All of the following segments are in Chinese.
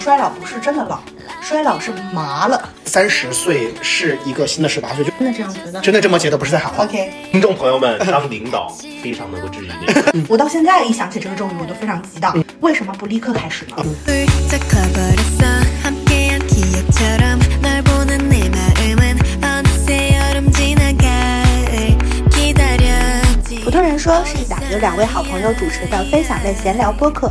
衰老不是真的老，衰老是麻了。三十岁是一个新的十八岁，就真的这样觉得？真的这么觉得，不是在喊话。 OK，听众朋友们，当领 导非常能够治愈你。嗯我到现在一想起这个咒语，我就非常激荡。为什么不立刻开始呢？嗯 훌쩍커버렸어 함께한 기억처럼 널 보는 내 마음은 어느새 여름 지나 가을 기다렸지 普通人说是一档由两位好朋友主持的分享类闲聊播客，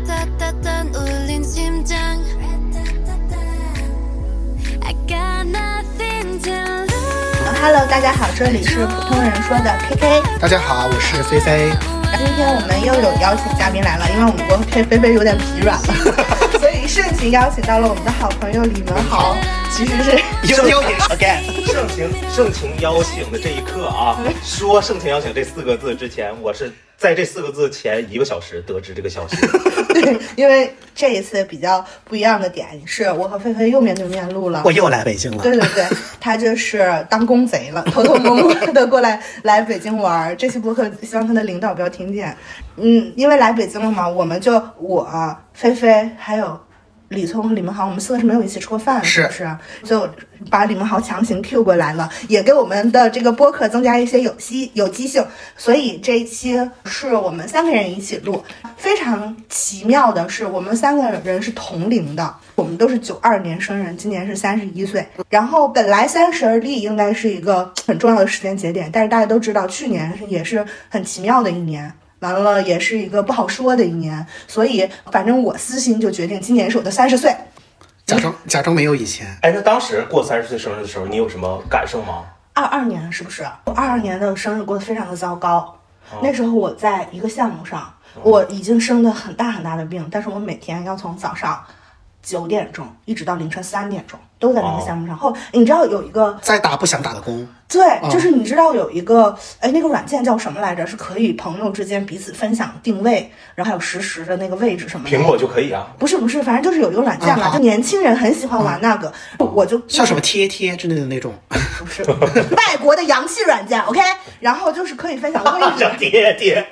따따따따 울린 심장 I got nothing to lose 嗯 Hello，大家好，这里是普通人说的 KK。大家好，我是菲菲。今天我们又有邀请嘉宾来了，因为我们我菲菲菲有点疲软了， 所以盛情邀请到了我们的好朋友李文豪，其实是又又 again，盛情盛情邀请的这一刻 啊，说盛情邀请这四个字之前，我是在这四个字前一个小时得知这个消息。 对， 因为这一次比较不一样的点是我和菲菲又面对面录了我。又来北京了对。对对，他就是当公贼了，偷偷摸摸的过来来北京玩儿。这期播客希望他的领导不要听见。嗯，因为来北京了嘛，我们就我菲菲还有李聪和李文豪，我们四个是没有一起吃过饭的，是是不是？啊就把李文豪强行 Q 过来了，也给我们的这个播客增加一些有机有机性。所以这一期是我们三个人一起录。非常奇妙的是，我们三个人是同龄的，我们都是九二年生人，今年是三十一岁。然后本来三十而立应该是一个很重要的时间节点，但是大家都知道，去年也是很奇妙的一年。完了，也是一个不好说的一年，所以反正我私心就决定，今年是我的三十岁。假装假装没有以前。哎，那当时过三十岁生日的时候，你有什么感受吗？二二年是不是？我二二年的生日过得非常的糟糕。哦那时候我在一个项目上，我已经生了很大很大的病，但是我每天要从早上九点钟一直到凌晨三点钟都在那哦个项目上。后你知道有一个在打不想打的工，哦对，就是你知道有一个哎那个软件叫什么来着？是可以朋友之间彼此分享定位，然后还有实时的那个位置什么的。苹果就可 以啊。不是不是，反正就是有一个软件啊嘛，好就年轻人很喜欢玩那个，我就像什么贴贴之类的那种。不是外国的洋气软件，OK，然后就是可以分享位置小爹爹，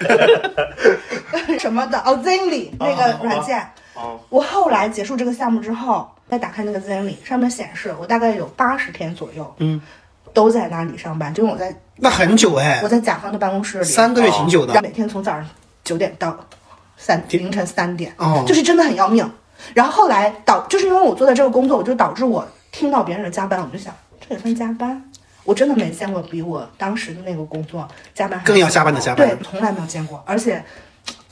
什么的哦，Zenly 那个软件。哦我后来结束这个项目之后，再打开那个 Zenly，上面显示我大概有八十天左右，嗯，都在那里上班，因为我在那很久哎我，在哦甲方的办公室里，三个月挺久的然后。每天从早上九点到三凌晨三点，哦就是真的很要命。然后后来导就是因为我做的这个工作，我就导致我听到别人的加班，我就想这也算加班。我真的没见过比我当时的那个工作加班还更要加班的加班对，从来没有见过，而且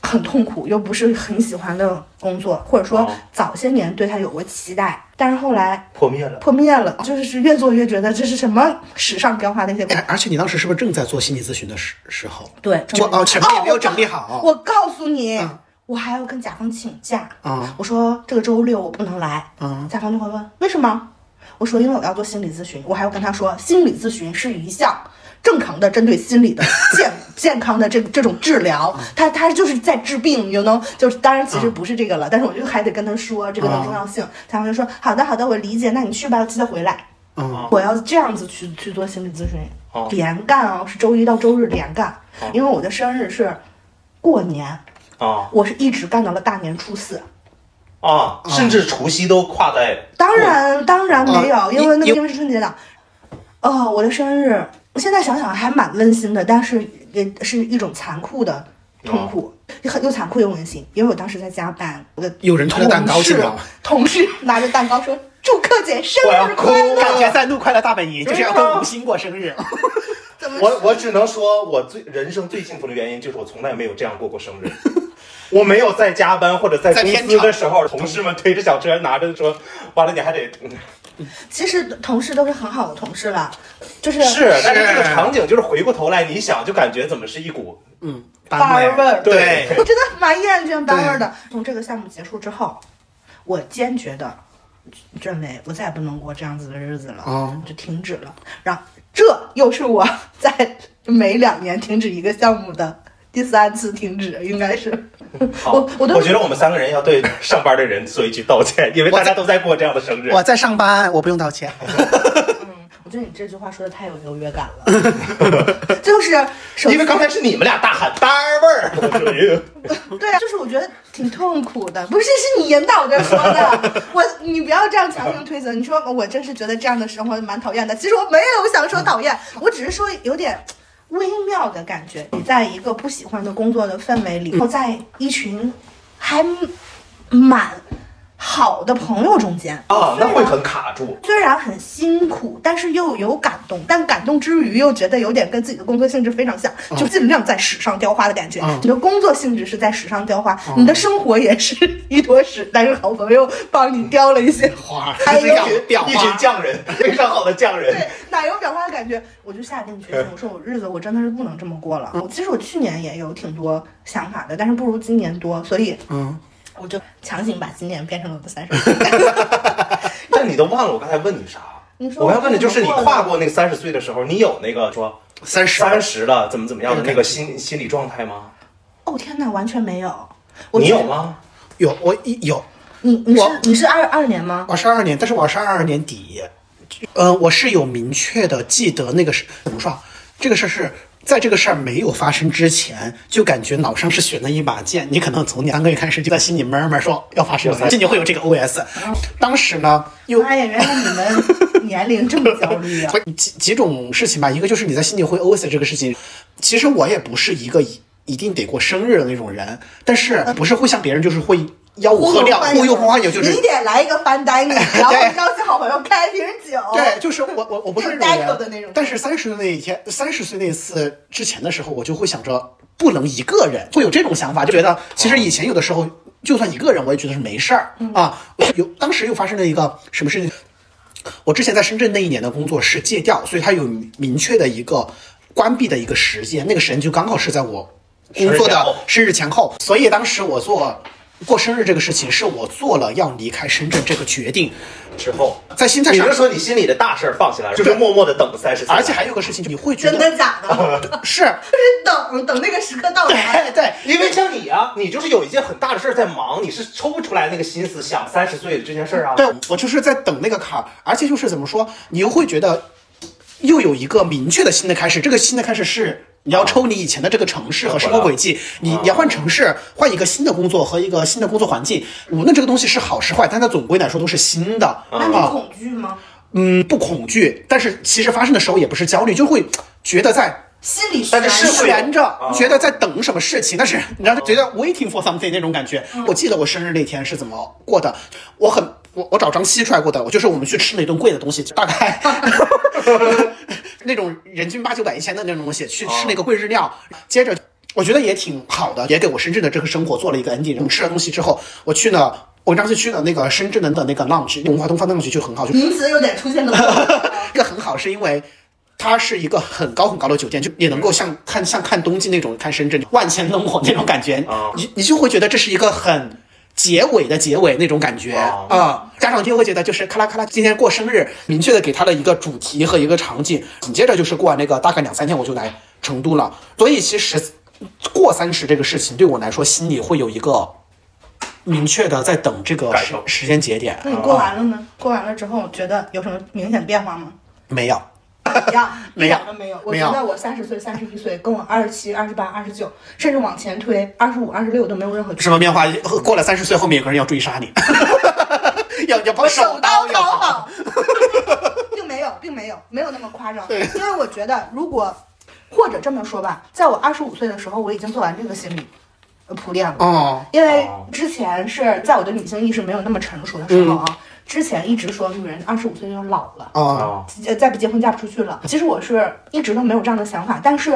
很痛苦，又不是很喜欢的工作，或者说哦早些年对他有过期待，但是后来 破灭了。破灭了，就是越做越觉得这是什么时尚标化的一些工哎而且你当时是不是正在做心理咨询的时时候？对，就哦，前面也没有整理好。我告诉你，嗯我还要跟甲方请假。啊我说这个周六我不能来。啊甲方就会问为什么？我说因为我要做心理咨询，我还要跟他说，心理咨询是一项正常的针对心理的 健健康的这这种治疗，嗯他他就是在治病，you know，就是当然其实不是这个了，但是我就还得跟他说嗯这个的重要性。甲方就说好的好的，我理解，那你去吧，记得回来。啊我要这样子去去做心理咨询，哦连干哦，是周一到周日连干，因为我的生日是过年，啊我是一直干到了大年初四。啊！甚至除夕都跨在嗯当然，当然没有，哦因为那因个因为是春节档。哦，我的生日，我现在想想还蛮温馨的，但是也是一种残酷的痛苦，又很又残酷又温馨，因为我当时在加班，我的有人推着蛋糕同事进来了同事拿着蛋糕说：“祝克姐生我要日哭快乐！”感觉在怒快乐大本营就是要跟吴昕过生日。我我只能说，我最人生最幸福的原因就是我从来没有这样过过生 日。我没有在加班或者在在公片司场的时候，同事们推着小车拿着说，完了你还得，嗯 其实同事都是很好的同事了，就是是，但是这个场景就是回过头来你想，就感觉怎么是一股嗯，班 班味儿对，我真的蛮厌倦班味儿的。从这个项目结束之后，我坚决的认为我再也不能过这样子的日子了，哦就停止了。然后这又是我 在每两年停止一个项目的第三次停止，应该是。嗯 好。我我都觉得我们三个人要对上班的人说一句道歉，因为大家都在过这样的生日。我在上班，我不用道歉。嗯我觉得你这句话说的太有优越感了， 就是首因为刚才是你们俩大喊单味儿，我属于 对啊，就是我觉得挺痛苦的，不是是你引导着说的，我你不要这样强行推责。你说哦我真是觉得这样的生活蛮讨厌的，其实我没有想说讨厌，我只是说有点。微妙的感觉，你在一个不喜欢的工作的氛围里，然后在一群还蛮好的朋友中间，啊，那会很卡住。虽然很辛苦，但是又有感动，但感动之余又觉得有点跟自己的工作性质非常像，就尽量在屎上雕花的感觉。嗯你的工作性质是在屎上雕花，你的生活也是一坨屎，但是好朋友帮你雕了一些花儿，哎呦表表一群花，匠人，非常好的匠人。对奶油裱花的感觉，我就下定决心，我说我日子我真的是不能这么过了。我其实我去年也有挺多想法的，但是不如今年多，所以嗯，我就强行把今年变成了我的三十岁。但你都忘了我刚才问你啥？你说我刚才问的就是你跨过那个三十岁的时候，你有那个说三十，三十了怎么怎么样的那个心心理状态吗？哦天哪，完全没有。我你觉得有？吗？有我一有，你你我是你是二二年吗？我是二年，但是我是二二年底，呃，我是有明确的记得那个是怎么说啊？这个事儿是在这个事儿没有发生之前，就感觉脑上是悬了一把剑。你可能从两个月开始就在心里闷闷说要发生了，心里会有这个 OS。当时呢，又妈呀，原来你们年龄这么焦虑啊！所以几几种事情吧，一个就是你在心里会 OS 这个事情。其实我也不是一个一一定得过生日的那种人，但是不是会像别人 就是会吆五喝六、忽悠花友，就是你得来一个翻 单，啊然后邀请好朋友开瓶酒。对，就是我我我不是那种人 battle 的那种但是三十岁那一天，三十岁那次之前的时候，我就会想着不能一个人，会有这种想法，就觉得其实以前有的时候就算一个人，我也觉得是没事儿、嗯啊。有当时又发生了一个什么事情？我之前在深圳那一年的工作是借调，所以它有明确的一个关闭的一个时间，那个时间就刚好是在我工作的生日前后，所以当时我做过生日这个事情，是我做了要离开深圳这个决定，之后，在心态你上就。说你心里的大事儿放下来了，就是默默的等三十岁，而且还有个事情，你会觉真得的假的？是，就是等等那个时刻 到来。对对，因为像你啊，你就是有一件很大的事儿在忙，你是抽不出来那个心思想三十岁的这件事儿啊。对我就是在等那个坎儿，而且就是怎么说，你又会觉得又有一个明确的新的开始，这个新的开始是。你要抽离以前的这个城市和生活轨迹，你你要换城市，换一个新的工作和一个新的工作环境。无论这个东西是好是坏，但它总归来说都是新的。那你啊恐惧吗？嗯，不恐惧，但是其实发生的时候也不是焦虑，就会觉得在心理但是是会有悬着啊，觉得在等什么事情，但是你知道，觉得 waiting for something 那种感觉。嗯我记得我生日那天是怎么过的，我很我我找张希出来过的，我就是我们去吃了一顿贵的东西，大 概 那种人均八九百一千的那种东西，去哦吃了一个贵日料，接着我觉得也挺好的，也给我深圳的这个生活做了一个 ending。然后吃了东西之后，我去了我张希去了那个深圳的那个 lounge，文化东方的 lounge 就很好，就名词有点出现的 多。这个很好，是因为它是一个很高很高的酒店，就也能够像看像看冬季那种看深圳万千灯火那种感觉，啊你你就会觉得这是一个很。结尾的结尾那种感觉啊啊、家长就会觉得就是咔啦咔啦，今天过生日，明确的给他的一个主题和一个场景，紧接着就是过完那个大概两三天我就来成都了，所以其实过三十这个事情对我来说心里会有一个明确的在等这个感时受时间节点，啊那你过完了呢？过完了之后，觉得有什么明显变化吗？没有，一样， 没有一点都没有。我没有觉得我三十岁、三十一岁，跟我二十七、二十八、二十九，甚至往前推二十五、二十六都没有任何区别什么变化？过了三十岁，后面有个人要追杀你， 要要帮手刀刀要讨好。好，并没有，并没有，没有那么夸张。因为我觉得，如果或者这么说吧，在我二十五岁的时候，我已经做完这个心理呃铺垫了。哦，因为之前是在我的女性意识没有那么成熟的时候啊，之前一直说女人二十五岁就老了，哦，啊，呃，再不结婚嫁不出去了。其实我是一直都没有这样的想法，但是。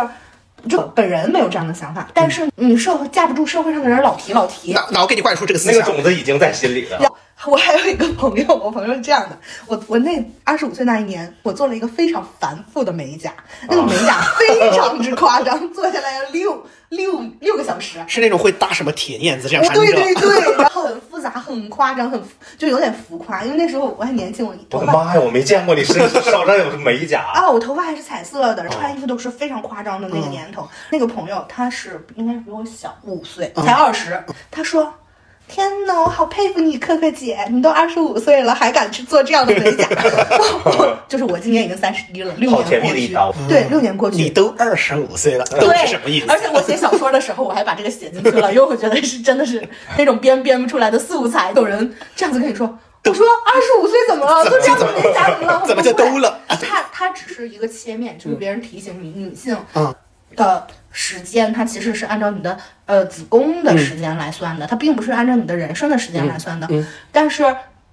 就本人没有这样的想法，但是你社会架不住社会上的人老提老提，那那我给你灌输这个思那个想。种子已经在心里了。我还有一个朋友，我朋友是这样的，我我那二十五岁那一年，我做了一个非常繁复的美甲，那个美甲非常之夸张，做下来要六六六个小时。是那种会搭什么铁链子这样哦缠着。对对对，然后很复杂，很夸张，很就有点浮夸，因为那时候我还年轻，我我头的发妈呀，我没见过你身 手上有美甲，啊，我头发还是彩色哦的，穿衣服都是非常夸张的那嗯个年头。那个朋友他是应该是比我小五岁，嗯才二十，他说。天呐，我好佩服你，可可姐，你都二十五岁了，还敢去做这样的 美甲？我我就是我今年已经三十一了，六好年甜蜜过的一去刀，对，六年过去，你都二十五岁了，都是对，什么意思？而且我写小说的时候，我还把这个写进去了，因为我觉得是真的是那种编编不出来的素材。有人这样子跟你说。我说二十五岁怎么了？怎么都这样子没家怎么了？怎么就都了 他他只是一个切面，就是别人提醒你女性嗯的时间，它其实是按照你的呃子宫嗯的时间来算的，它并不是按照你的人生的时间来算的。嗯但是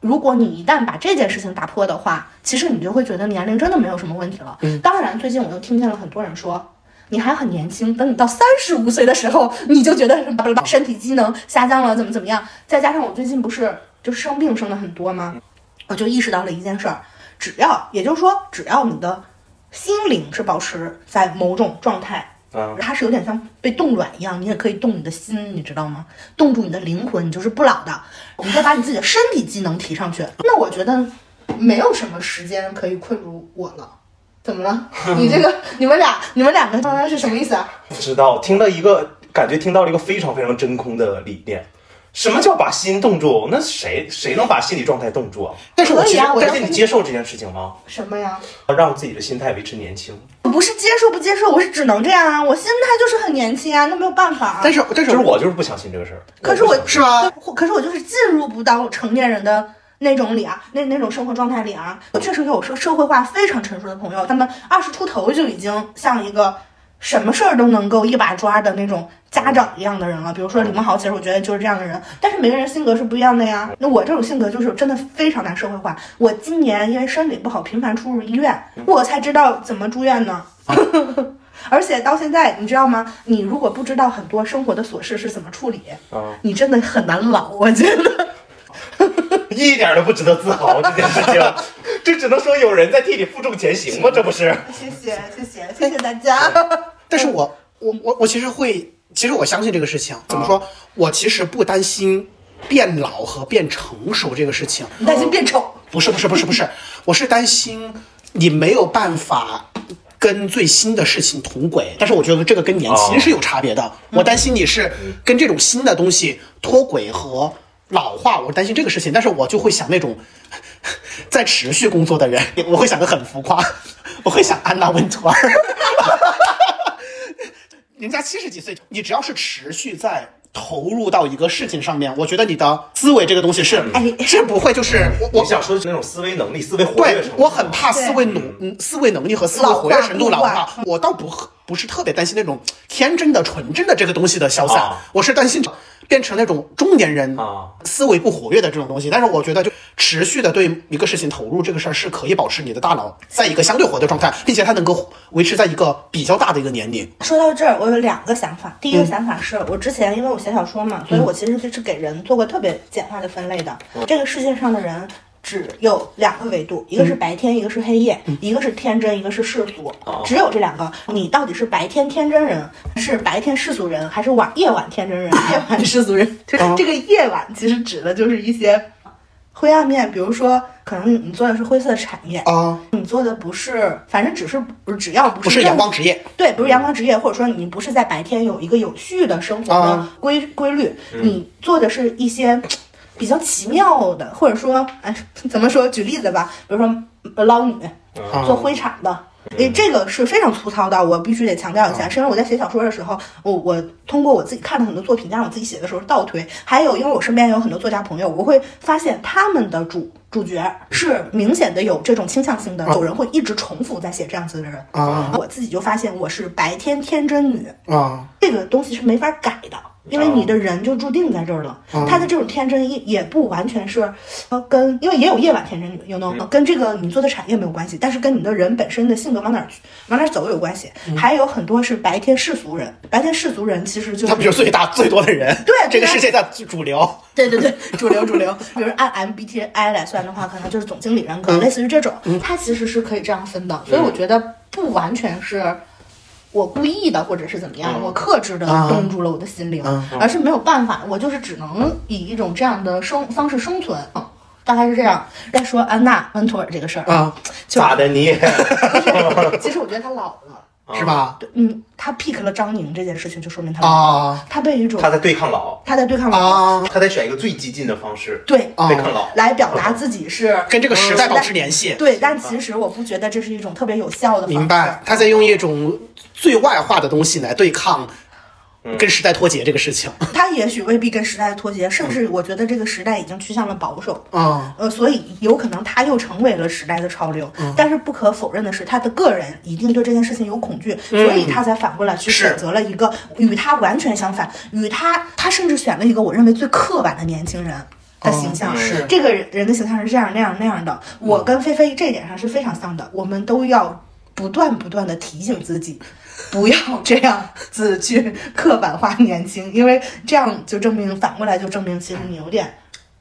如果你一旦把这件事情打破的话，其实你就会觉得年龄真的没有什么问题了。嗯当然，最近我又听见了很多人说。你还很年轻，等你到三十五岁的时候，你就觉得什么身体机能下降了，怎么怎么样？再加上我最近不是就生病生的很多吗？我就意识到了一件事儿，只要也就是说，只要你的心灵是保持在某种状态，嗯它是有点像被冻卵一样，你也可以冻你的心，你知道吗？冻住你的灵魂，你就是不老的。你再把你自己的身体机能提上去，那我觉得没有什么时间可以困住我了。怎么了？你这个，你们俩，你们两个刚刚是什么意思啊？不知道听到一个感觉听到了一个非常非常真空的理念。什么叫把心冻住？那谁谁能把心理状态冻住啊？但是我可其以实啊，我但要是跟你接受这件事情吗？什么呀？让自己的心态维持年轻，我不是接受不接受，我是只能这样啊！我心态就是很年轻啊，那没有办法啊。但是但就是是我就是不相信这个事儿。可是我不相信是吧？对可是我就是进入不到成年人的那种里啊，那那种生活状态里啊。我确实有社社会化非常成熟的朋友，他们二十出头就已经像一个什么事儿都能够一把抓的那种家长一样的人了。比如说李梦豪，其实我觉得就是这样的人，但是每个人性格是不一样的呀。那我这种性格就是真的非常难社会化。我今年因为生理不好频繁出入医院，我才知道怎么住院呢。而且到现在，你知道吗？你如果不知道很多生活的琐事是怎么处理，啊，你真的很难老，我觉得。一点都不值得自豪这件事情，这只能说有人在替你负重前行吗？这不是？谢谢，谢谢，谢谢大家。但是我我我我其实会，其实我相信这个事情。怎么说？我其实不担心变老和变成熟这个事情，你担心变丑？不是不是不是不是，我是担心你没有办法。跟最新的事情同轨，但是我觉得这个跟年轻哦是有差别的。我担心你是跟这种新的东西脱轨和老化，我担心这个事情。但是我就会想那种 在持续工作的人，我会想的很浮夸，我会想安娜温图尔。 人家七十几岁，你只要是持续在投入到一个事情上面，我觉得你的思维这个东西是哎是不会就是我我你想说的是那种思维能力、思维活跃对程，度我很怕思维努嗯思维能力和思维活跃程度老老化化，我倒不不是特别担心那种天真的、纯真的这个东西的消散啊，我是担心变成那种中年人啊思维不活跃的这种东西。但是我觉得，就持续的对一个事情投入这个事儿是可以保持你的大脑在一个相对活的状态，并且它能够维持在一个比较大的一个年龄。说到这儿，我有两个想法。第一个嗯想法是我之前因为我写小说嘛，所以我其实就是给人做过特别简化的分类的。这个世界上的人。只有两个维度，一个嗯是白天，一个是黑夜，一个是天真，一个是世俗，哦只有这两个。你到底是白天天真人，是白天世俗人，还是晚夜晚天 真人、夜晚世俗人？就是哦这个夜晚，其实指的就是一些灰暗面，比如说，可能你做的是灰色产业，啊，你做的不是，反正只是只要不不是是任阳何光职业，对，不是阳光职业，或者说你不是在白天有一个有序的生活的啊规、规律，你做的是一些比较奇妙的，或者说，哎， 怎么说？举例子吧，比如说呃捞女，啊做灰产的。诶，这个是非常粗糙的，我必须得强调一下。是因为我在写小说的时候，我我通过我自己看的很多作品，加上我自己写的时候倒推，还有因为我身边有很多作家朋友，我会发现他们的主主角是明显的有这种倾向性的，有人会一直重复在写这样子的人。啊我自己就发现我是白天天真女，啊这个东西是没法改的。因为你的人就注定在这儿了。哦他的这种天真也也不完全是呃跟，因为也有夜晚天真，you know，、跟嗯呃这个你做的产业没有关系，但是跟你的人本身的性格往哪儿去往哪儿走有关系。嗯还有很多是白天世俗人，白天世俗人其实就是他们就是最大最多的人，对对这个世界的主流。对对对， 主流主流。比如按 MBTI 来算的话，可能就是总经理人格，嗯类似于这种，它其实是可以这样分的。所以我觉得不完全是。我故意的，或者是怎么样，我克制的啊冻住了我的心灵，啊而是没有办法，我就是只能以一种这样的生方式生存，嗯大概是这样。再说安娜温图尔这个事儿，啊，就咋的你？ 其实我觉得她老了，啊是吧？对嗯，她 pick 了张宁这件事情，就说明她老了，啊她被一种他在对抗老，她在对抗老，啊，他得选一个最激进的方式对，啊对抗老。来表达自己是跟这个时代保持联系。对，但其实我不觉得这是一种特别有效的方式。明白，他在用一种最外化的东西来对抗嗯跟时代脱节这个事情。它也许未必跟时代脱节，甚至我觉得这个时代已经趋向了保守。啊呃，所以有可能他又成为了时代的潮流，但是不可否认的是，他的个人一定对这件事情有恐惧，所以他才反过来去是选择了一个与他完全相反，与他他甚至选了一个我认为最刻板的年轻人。的形象、嗯是这个人人的形象是这样那样那样的，我跟菲菲这一点上是非常像的，我们都要不断不断的提醒自己，不要这样子去刻板化年轻，因为这样就证明反过来就证明其实你有点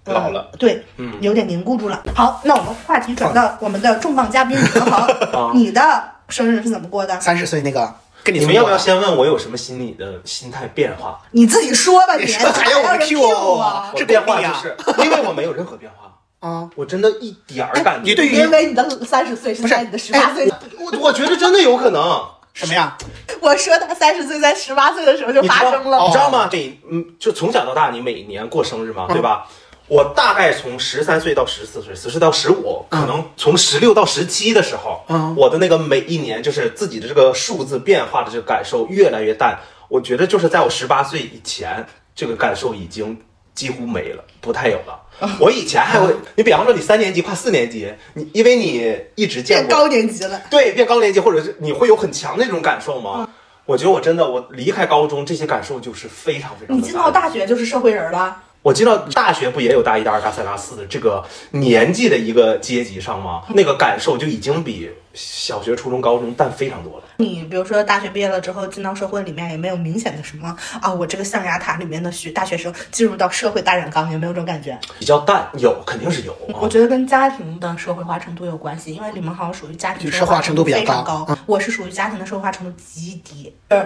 老了呃对，嗯有点凝固住了。好，那我们话题转到我们的重磅嘉宾何 啊豪，你的生日是怎么过的？三十岁那个，跟你你说们要不要先问我有什么心理的心态变化？你自己说吧，你你说还要要我人 Q 我？这我变狗化屁就啊是因为我没有任何变化，嗯啊？我真的一点儿感觉。你哎对于因为你的三十岁是在你的十八岁，我我觉得真的有可能。哎什么呀？我说他三十岁在十八岁的时候就你知发道生了。哦你知道吗？这嗯，就从小到大，你每年过生日嘛，对吧？我大概从十三岁到十四岁，十四到十五，可嗯能从十六到十七的时候，嗯我的那个每一年就是自己的这个数字变化的这个感受越来越淡。我觉得就是在我十八岁以前，这个感受已经几乎没了，不太有 了。我以前还会，嗯你比方说你三年级跨四年级，你因为你一直见变过高年级了，对，变高年级，或者是你会有很强的那种感受吗？嗯我觉得我真的，我离开高中，这些感受就是非常非常。你进到，大学就是社会人了。我进到大学不也有大一、大二、大三、大四的这个年纪的一个阶级上吗？嗯那个感受就已经比小学、初中、高中淡非常多了。你比如说大学毕业了之后进到社会里面，也没有明显的什么啊，我这个象牙塔里面的学大学生进入到社会大染缸，也没有这种感觉。比较淡，有肯定是有啊。我觉得跟家庭的社会化程度有关系，因为李梦豪属于家庭社会化程度比较非常高高，我是属于家庭的社会化程度极低。呃，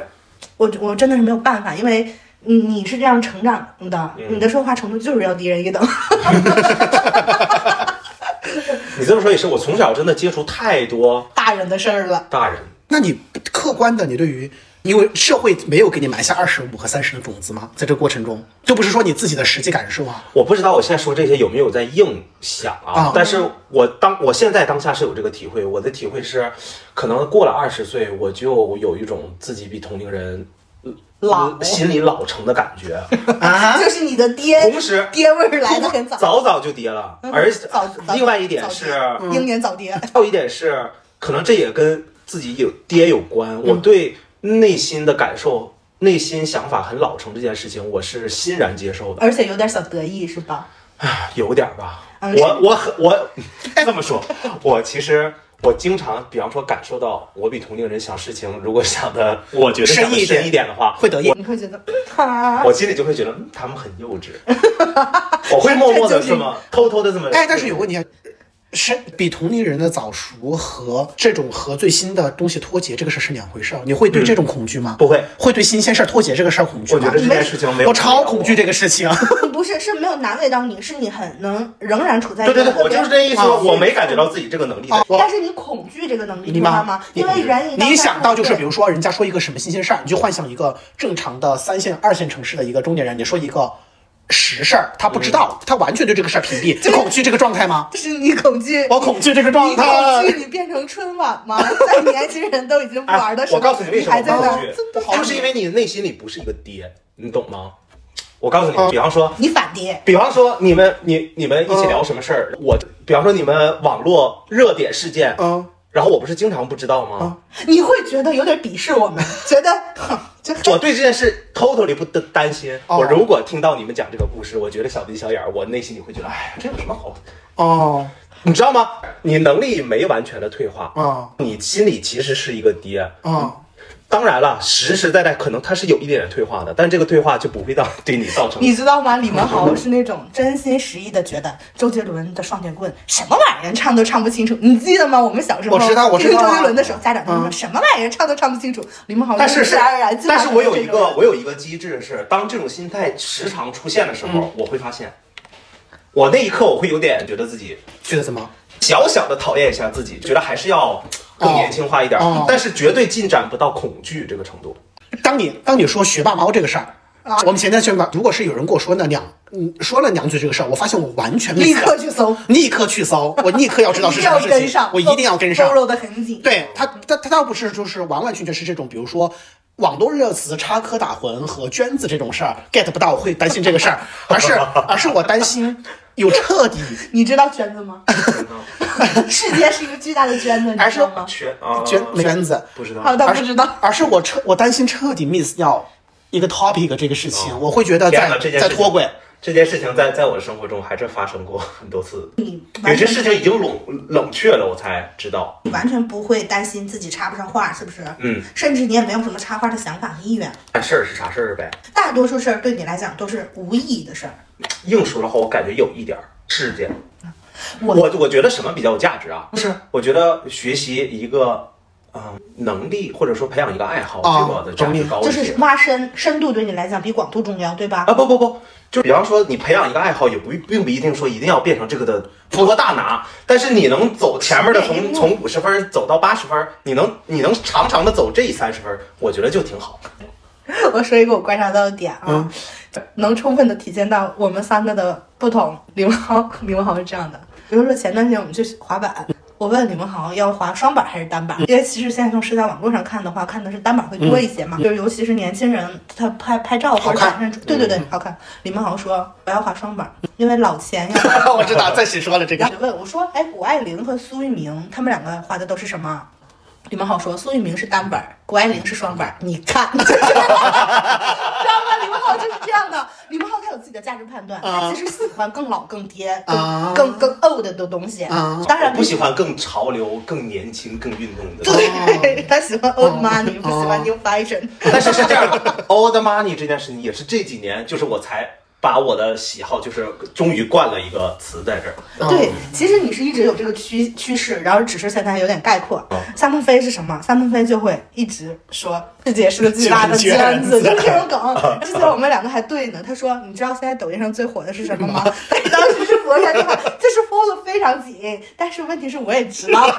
我我真的是没有办法，因为你你是这样成长的，嗯你的社会化程度就是要低人一等。 你这么说也是，我从小真的接触太多大人的事儿了，大人，那你客观的，你对于因为社会没有给你埋下二十五和三十的种子吗？在这个过程中，就不是说你自己的实际感受啊。我不知道我现在说这些有没有在硬想啊，啊但是我当我现在当下是有这个体会，我的体会是，可能过了二十岁，我就有一种自己比同龄人呃老心里老成的 感觉，就是你的爹同时爹味儿来的很早，早早就跌了，而嗯早早另外一点早是，爹英年早跌。还有一点是，可能这也跟自己有爹有关。嗯我对内心的感受、内心想法很老成这件事情，我是欣然接受的，而且有点小得意是吧？有点儿吧。嗯我我很我这么说，我其实。我经常，比方说感受到我比同龄人想事情，如果想的 我觉得想深得一深一点的话，会得意你会觉得，嗯哈，我心里就会觉得、嗯他们很幼稚，我会默默的这么偷偷的这么。哎，但是有个问题啊，是比同龄人的早熟和这种和最新的东西脱节，这个事是两回事儿。你会对这种恐惧吗？嗯不会会对新鲜事儿脱节这个事儿恐惧我吗？觉得这件事情没有。我超恐惧这个事情。你不是是没有难为到你，是你很能仍然处在一个对对对，特我别就是这意思，哦啊我没感觉到自己这个能力哦 在。但是你恐惧这个能力，你知道吗？吗？你因为人你一想到就是，比如如说人家说一个什么新鲜事儿，你就幻想一个正常的三线、二线城市的一个中年人，你说一个实事儿，他不知嗯道，他完全对这个事儿屏蔽，你恐惧这个状态吗？就是你恐惧，我恐惧这个状你恐态惧，你变成春晚吗？ 在年轻人都已经不玩的时候，哎我告诉你为什么还在我那儿恐惧，这么多，就是因为你内心里不是一个爹，你懂吗？我告诉你，比方说，你反爹，比方说你们你你们一起聊什么事儿，我比方说你们网络热点事件，嗯，然后我不是经常不知道吗？ 你会觉得有点鄙视我们，觉得哼，就我对这件事 totally 不担担心。哦我如果听到你们讲这个故事，我觉得小鼻小眼儿，我内心里会觉得，哎呀，这有什么好？哦你知道吗？你能力没完全的退化，哦你心里其实是一个爹。哦，当然了，实实在在可能它是有一点点退化的，但这个退化就不会到对你造成。 你知道吗？李文豪是那种真心实意的觉得周杰伦的《双截棍》什么玩意儿唱都唱不清楚，你记得吗？我们小时候我知道我知听道啊周杰伦的时候，家长都说、嗯什么玩意儿唱都唱不清楚。李文豪但是自然而然进化但是成我了有这一种个人我有一个机制是，当这种心态时常出现的时候，嗯我会发现，我那一刻我会有点觉得自己觉得怎么？小小的讨厌一下自己，觉得还是要更年轻化一点，哦哦但是绝对进展不到恐惧这个程度。当你当你说学霸猫这个事儿。啊我们前天学霸，如果是有人跟我说那两，嗯，说了两句这个事儿，我发现我完全没立想刻去搜，立刻去搜，我立刻要知道一是定 什要么事跟情上，，我一定要跟上搜。罗的很紧。对他，他他倒不是就是完完全全是这种，比如说网络热词“插科打诨”和“娟子”这种事儿 get 不到，我会担心这个事儿，而 是而是我担心有彻底，你知道圈子 吗？世界是一个巨大的圈子，你还知是道吗？圈啊，娟娟子，不知好的，道。而不是知道。而是我彻我担心彻底 miss 掉一个 topic 这个事情，我会觉得哦天在哪，这件在事情脱轨。这件事情在在我的生活中还是发生过很多次，有完些全事情已经冷冷却了，我才知道。完全不会担心自己插不上话，是不是？嗯，甚至你也没有什么插话的想法和意愿。但事儿是啥事儿呗？大多数事儿对你来讲都是无意义的事儿。硬说的话，我感觉有一点儿事件。我我我觉得什么比较有价值啊？就是我觉得学习一个嗯、能力，或者说培养一个爱好，啊这个的价懂值你高一就些。是挖深深度对你来讲比广度重要，对吧？啊，不不不，就比方说你培养一个爱好，也不并不一定说一定要变成这个的多大拿，但是你能走前面的每一从步从五十分走到八十分，你能你能长长的走这三十分，我觉得就挺好。 我说一个我观察到的点啊，嗯能充分的体现到我们三个的不同。李文豪，李文豪是这样的，比如说前段时间我们去滑板，我问李文豪要滑双板还是单板，因为其实现在从社交网络上看的话，看的是单板会多一些嘛，就是尤其是年轻人他拍拍照或者嗯好看嗯展现出，对对对，好看。李文豪说我要滑双板，因为老钱要滑 我知道，暂时说了这然个后，我就问我说：“哎，谷爱凌和苏翊鸣他们两个画的都是什么？”李文浩说：“苏翊鸣是单本儿，谷爱凌是双本儿。”你看， 知道吗？李文浩就是这样的。李文浩他有自己的价值判断，他其实喜欢更老、更爹、啊更更更 old 的东西啊。当然我不喜。欢更潮流、更年轻、更运动的。对，他喜欢 old money，不喜欢哦 new fashion。 但是是这样的，old money 这件事情也是这几年，就是我才把我的喜好，就是终于冠了一个词在这儿。对，其实你是一直有这个趋趋势，然后只是现在有点概括哦。夏鹏飞是什么？夏鹏飞就会一直说世界是个巨大的卷圈子，子就是这种梗。之前我们两个还对呢，他说你知道现在抖音上最火的是什么吗？他 当时是佛山这块，就是封的非常紧，但是问题是我也知道，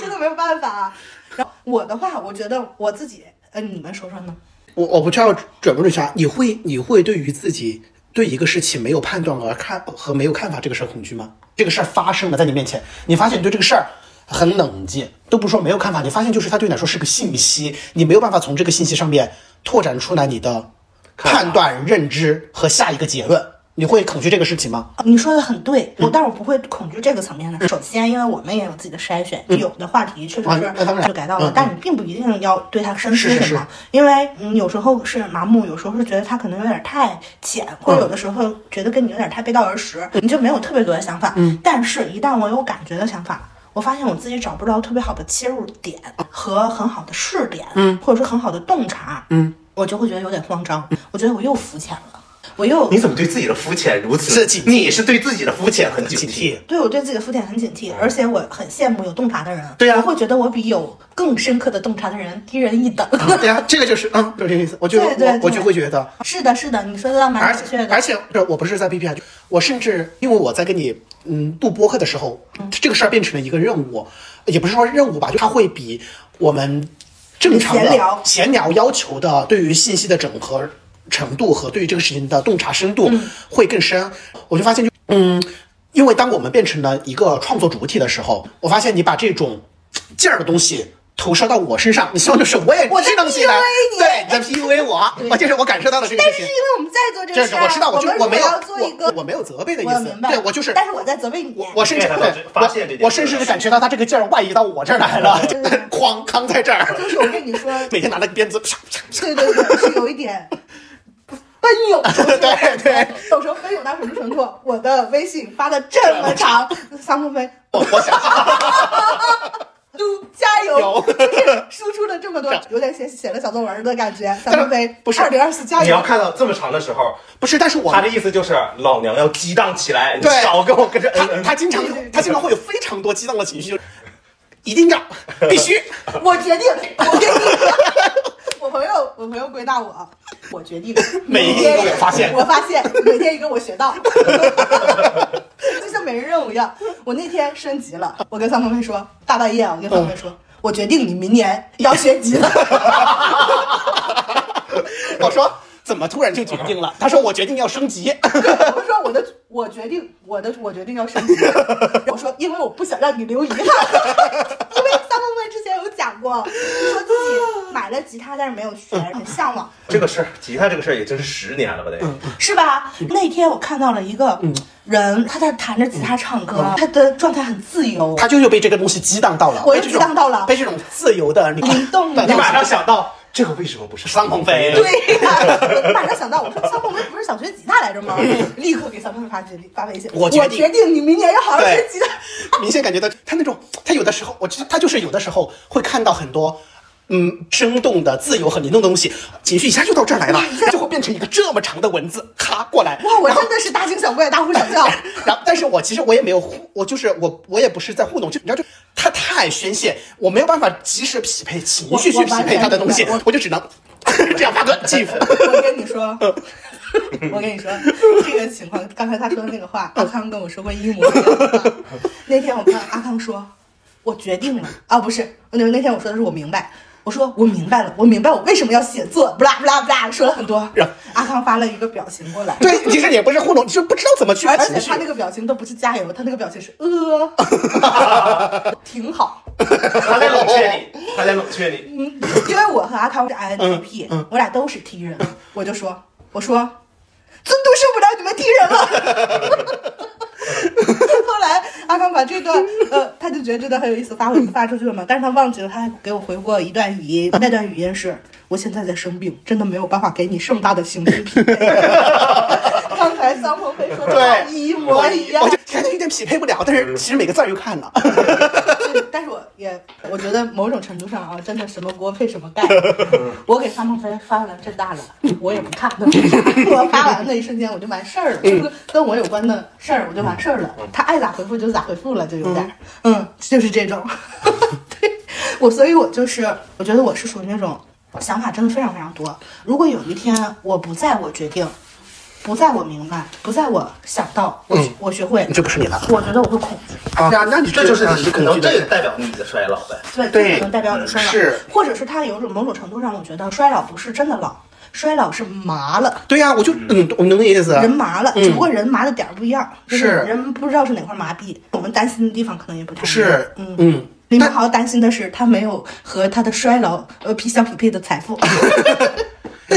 真的没有办法。啊然后我的话，我觉得我自己，呃，你们说说呢？我我不知道准不准确啊，你会你会对于自己对一个事情没有判断而看和没有看法这个事儿恐惧吗？这个事儿发生了在你面前，你发现你对这个事儿很冷静，都不说没有看法，你发现就是它对你来说是个信息，你没有办法从这个信息上面拓展出来你的看法判断、认知和下一个结论，你会恐惧这个事情吗？你说的很对，嗯我但是我不会恐惧这个层面的。首先，因为我们也有自己的筛选，有的话题确实嗯啊那当是然就改到了嗯，但你并不一定要对它深思是是什么，因为嗯有时候是麻木，有时候是觉得它可能有点太浅，或嗯者有的时候觉得跟你有点太背道而驰，你就没有特别多的想法。嗯但是，一旦我有感觉的想法。我发现我自己找不到特别好的切入点和很好的试点，嗯，或者说很好的洞察，嗯，我就会觉得有点慌张，我觉得我又肤浅了，我又你怎么对自己的肤浅如此是警惕你是对自己的肤浅很警警惕惕。对我对自己的肤浅很警惕，而且我很羡慕有洞察的人。对呀我会觉得我比有更深刻的洞察的人低人一等。 对呀、这个就是嗯，就是这个意思。我就对对我我对就会觉得，是的，是的，你说的倒蛮而准确且的。而且不是我不是在 B P I，我甚至因为我在跟你嗯录播客的时候，嗯这个事儿变成了一个任务，也不是说任务吧，就它会比我们正常的闲聊闲聊要求的对于信息的整合程度和对于这个事情的洞察深度嗯会更深。我就发现就嗯，因为当我们变成了一个创作主体的时候，我发现你把这种劲儿的东西。投射到我身上，你希望就是我也我在支棱起来 PUA，你嗯对在 PUA 我，我这是我感受到的这个但事是因情。为我们在做这这个是事儿，我知道，我就们我如没果有要做一我个，我没有责备的意我思明，白，对我就是但是我在责备你，我甚至 get 到对这我发现这件事我甚至感觉到他这个劲儿外移到我这儿来了对对对，哐扛在这儿，就是我跟你说，每天拿着鞭子，啪啪啪对对对，是有一点奔涌。 对对，有时候奔涌到什么程度？我的微信发的这么长，桑鹏飞，我我想 嘟加油，有就是 输出了这么多是，有点写写了小作文的感觉。桑但是鹏飞，不是二零二四加你要油，看到这么长的时候，不是，但是我他的意思就是老娘要激荡起来，你对少跟我跟着他嗯嗯他经常对对对他经常会有非常多激荡的情绪，就是一定要必须， 我决定，我决定。 我朋友，我朋友归纳我，我决定， 每一个我发现我发现每天一个我学到， 就像每日任务一样。我那天升级了，我跟桑鹏飞说，大半夜啊我跟桑鹏飞嗯说，我决定你明年要学级 了。我说怎么突然就决定了？他说我决定要升级，我说我的，我决定，我的，我决定要升级。 我说，因为我不想让你留遗憾， 因为三峰妹之前有讲过，说自己买了吉他，但是没有学，很向往，这个事儿，吉他这个事儿也真是十年了吧得。嗯是吧？那天我看到了一个人，他在弹着吉他唱嗯歌，他的状态很自由。他就又被这个东西激荡到了，我被又这激荡种到了被这种自由的你灵动的你马上想到这个为什么不是桑鹏飞对呀、我马上想到，我说三凤妹不是想学吉他来着吗？立刻给三凤妹发发微信，嗯我我决定决定你明年要好好学吉他。 明显感觉到他那种，他有的时候，我就他就是有的时候会看到很多。嗯，生动的、自由、很灵动的东西，情绪一下就到这儿来了，就会变成一个这么长的文字，咔过来。Oh 哇，我然后哎真的是大惊小怪，大呼小叫。然后，但是我其实我也没有糊，我就是我，我也不是在糊弄，就你知道，就他太宣泄，我没有办法及时匹配情绪去我我匹完配他的东西全明白我，我就只能 这样发个 gif。 我跟你 说，我跟你说，这个情况，刚才他说的那个话，阿康跟我说过一模一样的话。那天我看阿康说，我决定了啊，不是，那那天我说的是我明白，我说我明白了，我明白我为什么要写作，不啦不啦不啦，说了很多然后。阿康发了一个表情过来，对，其实也不是糊弄，你就不知道怎么去而发且情绪他。那个表情都不是加油，他那个表情是呃， 挺好。他在冷却你，他在冷却你。嗯因为我和阿康是 INTP，、我俩都是 T 人，我就说，我说，尊嘟受不了你们 T 人了。 后来阿康把这段，呃，他就觉得这段很有意思，发回发出去了嘛。但是他忘记了，他还给我回过一段语音，嗯那段语音是：我现在在生病，真的没有办法给你盛大的情绪匹配。 刚才桑鹏飞说的对一模一样我。就感觉有点匹配不了，但是其实每个字儿又看了。对但是我也我觉得某种程度上啊，真的什么锅配什么盖。我给沙梦飞翻了这大了，我也不 看的。我发完那一瞬间我就完事儿了，嗯就是跟我有关的事儿我就完事儿了。他爱咋回复就咋回复了，就有点儿，嗯，就是这种。 对我，所以我就是我觉得我是属于那种想法真的非常非常多。如果有一天我不在我决定。不在我明白，不在我想到，我、嗯我学会， 这不是你了我觉得我会恐惧，啊，那那你这就是你你，可能这个代表你的衰老呗。对，对嗯这可能代表你衰老，是或者是他有种某种程度上，我觉得衰老不是真的老，衰老是麻了，对呀、我就嗯，我能那意思。人麻了，嗯只不过人麻的点儿不一样，就是是人不知道是哪块麻痹，我们担心的地方可能也不太一样是嗯。嗯，李但明豪担心的是，他没有和他的衰老呃匹相匹配的财 富。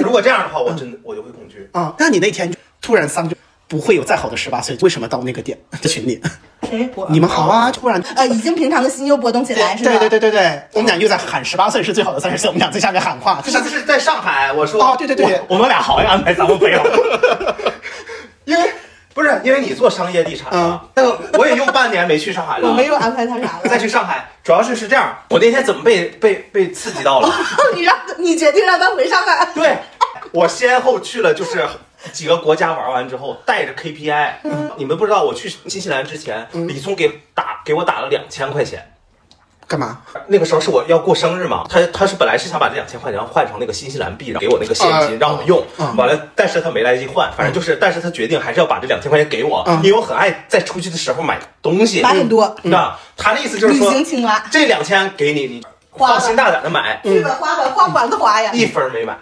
如果这样的话，我真的我就会恐惧。啊，那你那天就突然丧就不会有再好的十八岁，为什么到那个点在群啊里？谁？哎我你们好啊，哦突然。呃，已经平常的心又波动起来，是吧？对对对对对，我们俩又在喊十八岁是最好的三十岁，我们俩在下面喊话，就是上次在上海，我说哦对对对对我我们俩好像安排咱们朋友，因为 不是因为你做商业地产啊，那个我也用半年没去上海了，我没有安排他啥了。再去上海，主要是是这样，我那天怎么被被被刺激到了？ 哦你让你决定让他回上海。对，我先后去了就是几个国家玩完之后，带着 KPI，、你们不知道我去新西兰之前，李聪给打给我打了两千块钱。干嘛？那个时候是我要过生日嘛，他他是本来是想把这两千块钱换成那个新西兰币，然后给我那个现啊金让我用嗯，完了，但是他没来得及换，反正就是，但是他决定还是要把这两千块钱给我嗯，因为我很爱在出去的时候买东西，买很多嗯那他的意思就是旅说，行青蛙，这两千给你，你花吧嗯放心大胆的买，去吧，花吧，花管子花呀。一分儿没买。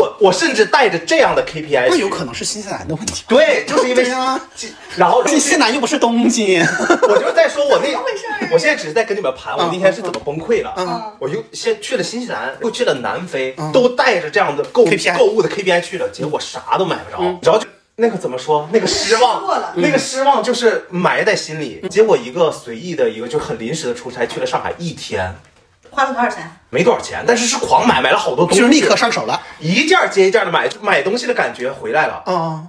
我我甚至带着这样的 KPI，那有去可能是新西兰的问题。对，就是因为对啊这然后新西兰又不是东京， 我就在说我那回事儿啊，我现在只是在跟你们盘我嗯那天是怎么崩溃了。嗯我又先去了新西兰，又去了南非，嗯都带着这样的购 KPI 购物的 KPI 去了，结果啥都买不着，嗯然后就。那个怎么说？那个失失落了嗯望，那个失望就是埋在心嗯里。结果一个随意的一个就很临时的出差去了上海一天，花了多少钱？没多少钱，但是是狂买，买了好多东西，就是立刻上手了。一件接一件的买，买东西的感觉回来了。啊、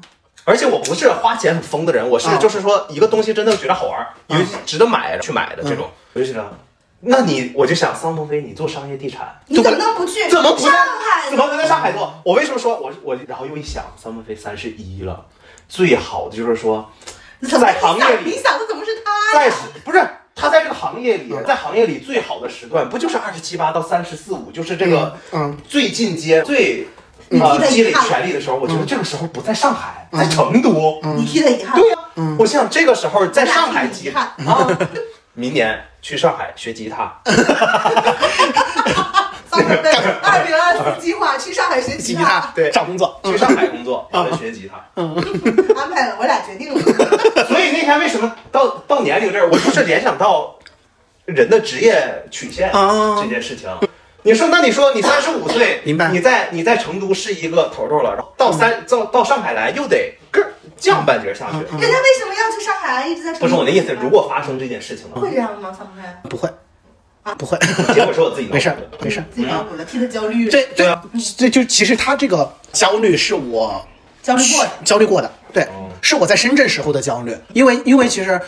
而且我不是花钱很疯的人，我是嗯就是说一个东西真的觉得好玩，嗯尤其值得买去买的这种，我就觉得，那你我就想桑鹏飞，你做商业地产，你怎么能不去？怎么不上海？怎么能在上海做？我为什么说我我然后又一想，桑鹏飞三十一了，最好的就是说，怎么在行业你里，想的怎么是他在呀？不是他在这个行业里嗯，在行业里最好的时段不就是二十七八到三十四五，就是这个嗯最进阶最你呃记得积累遗憾权力的时候，我觉嗯得这个时候不在上海，在成都，你踢的遗憾。对呀、嗯我想这个时候在上海吉那他啊，明年去上海学吉他，嗯放准备二零二四计划去上海学吉习 他啊，对找工作，去上海工作，然嗯后学吉他。安排了，我俩决定了。 所以那天为什么到到年龄这儿，我就是联想到人的职业曲线啊这件事情。你说，那你说你三十五岁，明白你在你在成都是一个头头了，然后到三到到上海来又得个儿降半截嗯下去。人家为什么要去上海啊？一直在不是我的意思，如果发生这件事情的话会，这样吗？方飞，不会，啊不会， 结果是我自己弄没事儿的。没事儿。自己脑补了，踢的焦虑，这嗯对这啊这就其实他这个焦虑是我焦虑过了。焦虑过的，对哦，是我在深圳时候的焦虑，因为因为其实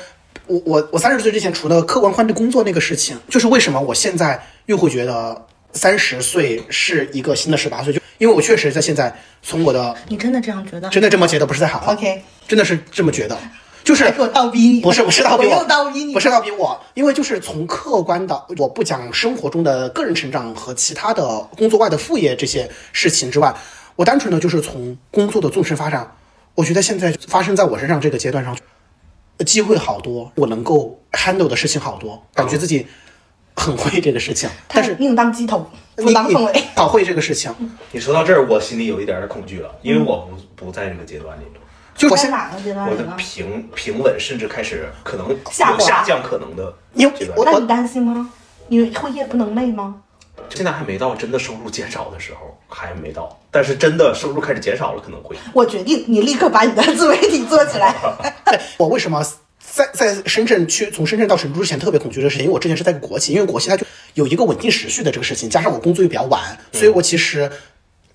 我我我三十岁之前，除了客观换的工作那个事情，就是为什么我现在又会觉得三十岁是一个新的十八岁，就因为我确实在现在从我的你真的这样觉得真的这么觉得，不是在喊话 OK 哎真的是这么觉得，就是我倒逼你，不是不是倒逼我我，又倒逼你，不是倒逼我，因为就是从客观的，我不讲生活中的个人成长和其他的工作外的副业这些事情之外，我单纯的就是从工作的纵深发展，我觉得现在发生在我身上这个阶段上，机会好多，我能够 handle 的事情好多，感觉自己很会这个事情，他但是宁当鸡头，不你当嗯凤尾你。好会这个事情，你说到这儿，我心里有一点点恐惧了，因为我不不在这个阶段里，就是我在现哪个阶段我里的呢？平平稳甚至开始可能下有滑下降可能的因为阶段，我那你担心吗？你会夜不能寐吗？现在还没到真的收入减少的时候，还没到，但是真的收入开始减少了，可能会。我决定，你立刻把你的自媒体做起 来。对，我为什么在在深圳去从深圳到成都之前特别恐惧这个事情？因为我之前是在一个国企，因为国企它就有一个稳定时序的这个事情，加上我工作又比较晚，所以我其实。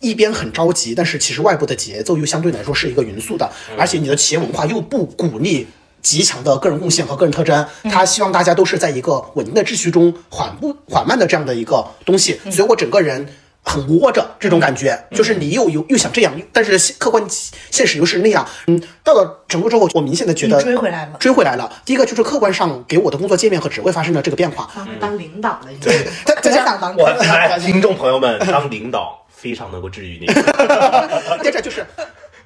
一边很着急，但是其实外部的节奏又相对来说是一个匀速的，而且你的企业文化又不鼓励极强的个人贡献和个人特征，嗯他希望大家都是在一个稳定的秩序中缓步缓慢的这样的一个东西，嗯所以我整个人很窝着这种感觉，就是你又又又想这样，但是现客观现实又是那样。嗯，到了成都之后，我明显的觉得你追回来了追回来了。第一个就是客观上给我的工作界面和职位发生了这个变 化，当当领导了，对，再可再加想当 我来，听众朋友们，当领导非常能够治愈你。 接着就是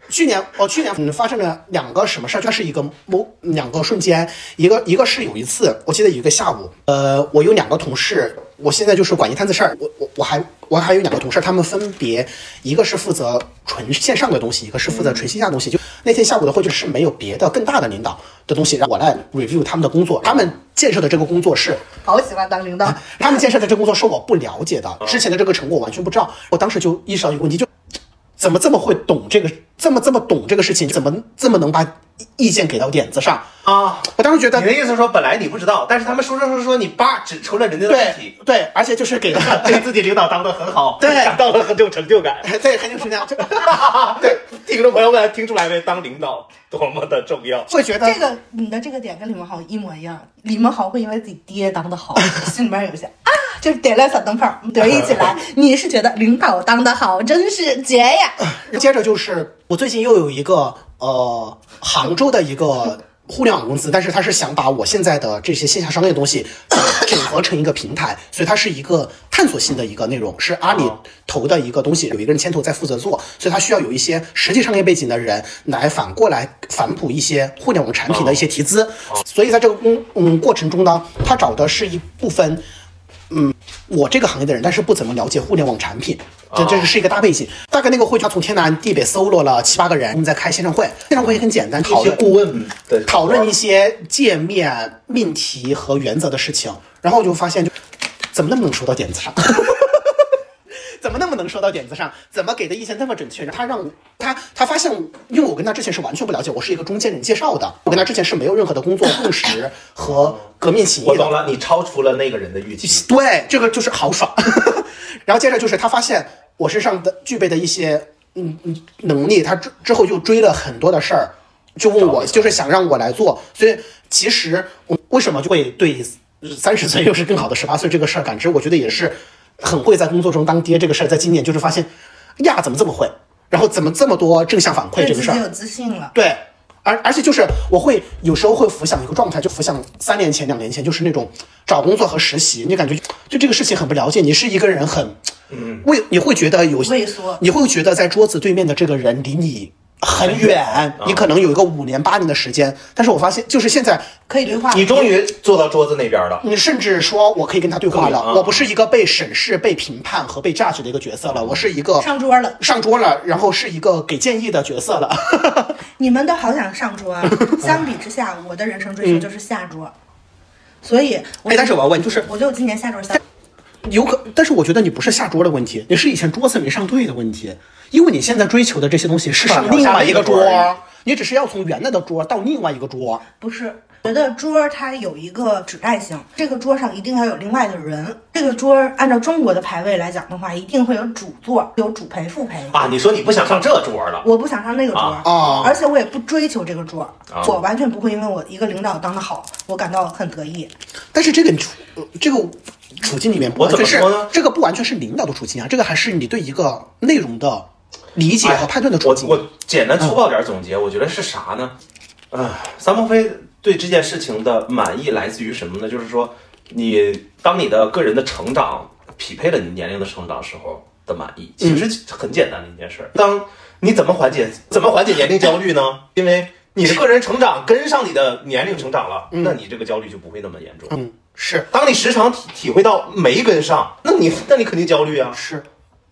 去年，哦，去年嗯发生了两个什么事儿？它是一个某两个瞬间，一个一个是有一次，我记得有一个下午，呃，我有两个同事，我现在就是管一摊子事儿，我我我还我还有两个同事，他们分别一个是负责纯线上的东西，一个是负责纯线下的东西。就那天下午的会就是没有别的更大的领导的东西，让我来 review 他们的工作，他们建设的这个工作是好喜欢当领导。啊他们建设的这个工作是我不了解的，之前的这个成果我完全不知道。我当时就意识到一个问题，就怎么这么会懂这个，这么这么懂这个事情，怎么这么能把意见给到点子上？ 啊，我当时觉你得，的意思是说本来你不知道，但是他们说说说说你爸指出了人家的问对题，对，而且就是给了， 对自己领导当得很好，对感到了很有成就 感。对，肯定是那样，就 对，听众朋友们听出来没？当领导多么的重要。会觉得这个你的这个点跟李文豪一模一样，李文豪会因为自己爹当的 好，心里面有一些啊，就是点亮小灯泡，得意起 来。你是觉得领导当的好，真是绝呀！接着就是我最近又有一个呃杭州的一个互联网公司，但是它是想把我现在的这些线下商业的东西呃 整合成一个平台，所以它是一个探索性的一个内容，是阿里投的一个东西，有一个人牵头在负责做，所以它需要有一些实际商业背景的人来反过来反哺一些互联网产品的一些提资，所以在这个工嗯过程中呢，他找的是一部分。我这个行业的人，但是不怎么了解互联网产品，这哦这是一个大背景。大概那个会，他从天南地北搜罗了七八个人，我们在开线上会，线上会也很简单，一讨些论顾问的讨论一些界面命题和原则的事情，然后我就发现就怎么那么能说到点子上。 怎么那么能说到点子上？怎么给的意见那么准确？他让我他他发现，因为我跟他之前是完全不了解，我是一个中间人介绍的，我跟他之前是没有任何的工作共识和革命情谊的。我懂了，你超出了那个人的预期。对，这个就是豪爽。 然后接着就是他发现我身上的具备的一些嗯嗯能力，他之之后就追了很多的事儿，就问我，就是想让我来做。所以其实我为什么就会对三十岁又是更好的十八岁这个事儿感知，我觉得也是很会在工作中当爹这个事儿，在今年就是发现哎呀，怎么这么会，然后怎么这么多正向反馈对这自个事儿己，有自信了。对，而而且就是我会有时候会浮想一个状态，就浮想三年前、两年前，就是那种找工作和实习，你感觉对这个事情很不了解，你是一个人很，嗯，畏，你会觉得有畏缩你会觉得在桌子对面的这个人离你。很远，你可能有一个五年八年的时间，但是我发现就是现在可以对话。你终于坐到桌子那边了，你甚至说我可以跟他对话可以啊了，我不是一个被审视、被评判和被 judge 的一个角色了，我是一个上桌了，上桌了，然后是一个给建议的角色了。你们都好想上 桌啊！相比之下，我的人生追求就是下桌，所以我嗯哎，但是我要问，就是我觉得我今年下桌下有可，但是我觉得你不是下桌的问题，你是以前桌子没上对的问题，因为你现在追求的这些东西是上另外一个桌儿，你只是要从原来的桌到另外一个桌。不是。觉得桌儿它有一个指代性，这个桌上一定要有另外的人。这个桌儿按照中国的排位来讲的话，一定会有主座，有主陪、副陪。啊！你说你不想上这桌了，我不想上那个桌儿，啊而且我也不追求这个桌儿，啊我完全不会因为我一个领导当的好，我感到很得意。但是这个处呃这个处境里面，不我完怎么全是说呢这个不完全是领导的处境啊，这个还是你对一个内容的理解和判断的嗯处哎我境。我简单粗暴点总结，我觉得是啥呢？啊，三鹏飞对这件事情的满意来自于什么呢？就是说，你当你的个人的成长匹配了你年龄的成长时候的满意，其嗯实很简单的一件事儿。当你怎么缓解怎么缓解年龄焦虑呢？ 因为你的个人成长跟上你的年龄成长了，那你这个焦虑就不会那么严重。嗯，是当你时常体体会到没跟上，那你那你肯定焦虑啊。是，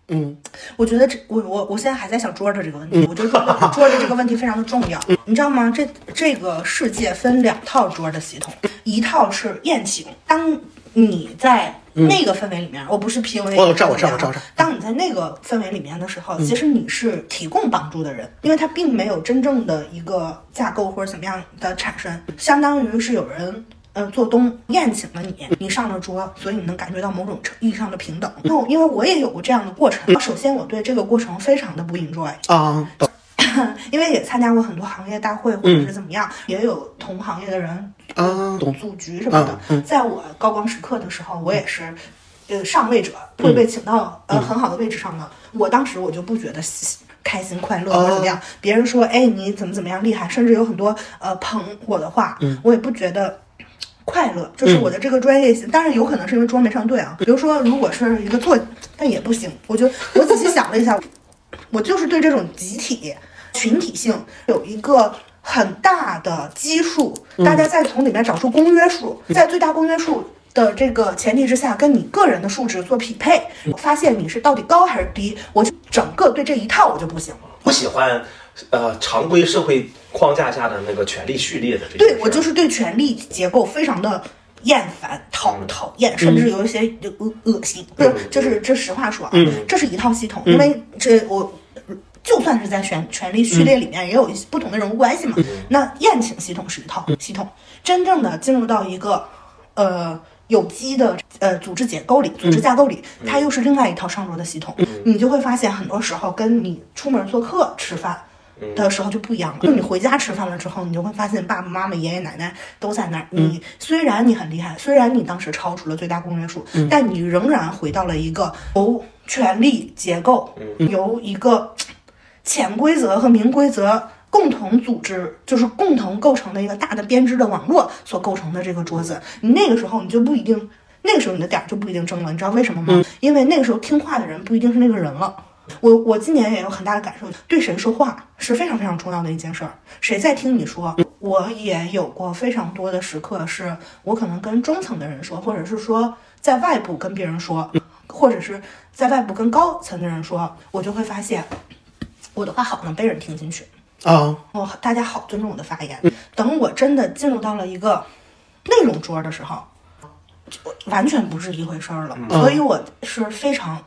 嗯，我觉得这我我我现在还在想桌儿的这个问题，我就说桌儿的这个问题非常的重要，嗯你知道吗？这这个世界分两套桌儿的系统，嗯一套是宴请，当你在。那个氛围里面，我不是 PUA。嗯哦我知道我知道我知道我知道当你在那个氛围里面的时候，其实你是提供帮助的人，因为他并没有真正的一个架构或者怎么样的产生，相当于是有人。呃，做东宴请了你，你上了桌，所以你能感觉到某种程意义上的平等。那我因为我也有过这样的过程，首先我对这个过程非常的不 enjoy，啊，懂因为也参加过很多行业大会或者是怎么样，也有同行业的人啊，懂。组局什么的。嗯在我高光时刻的时候，我也是，呃，上位者会嗯被请到、呃很好的位置上的。我当时我就不觉得喜开心快乐或者怎么样，别人说哎你怎么怎么样厉害，甚至有很多呃捧我的话，我也不觉得。快乐，就是我的这个专业性。当然有可能是因为桌没上对啊。比如说，如果是一个作，但也不行。我就我仔细想了一下，我就是对这种集体、群体性有一个很大的基数，大家再从里面找出公约数，在最大公约数。的这个前提之下，跟你个人的数值做匹配，我发现你是到底高还是低，我就整个对这一套我就不行了。不喜欢呃常规社会框架下的那个权力序列的这些事对儿。我就是对权力结构非常的厌烦、讨嗯讨厌，甚至有一些就恶恶心。不是，就是这实话说啊，嗯这是一套系统，因为这我。就算是在权权力序列里面，也有一些不同的人物关系嘛。嗯那宴请系统是一套系统，真正的进入到一个呃有机的呃组织结构里、组织架构里，嗯它又是另外一套上桌的系统。你就会发现，很多时候跟你出门做客吃饭，的时候就不一样了。就你回家吃饭了之后，你就会发现爸爸妈妈、爷爷奶奶都在那儿。你虽然你很厉害，虽然你当时超出了最大公约数，但你仍然回到了一个由权力结构，由一个潜规则和明规则。共同组织就是共同构成的一个大的编织的网络所构成的这个桌子，你那个时候你就不一定，那个时候你的点儿就不一定争了，你知道为什么吗？因为那个时候听话的人不一定是那个人了。我我今年也有很大的感受，对谁说话是非常非常重要的一件事儿。谁在听你说？我也有过非常多的时刻，是我可能跟中层的人说，或者是说在外部跟别人说，或者是在外部跟高层的人说，我就会发现我的话好像被人听进去。啊，哦，大家好尊重我的发言。等我真的进入到了一个内容桌的时候，就完全不是一回事儿了。所以我是非常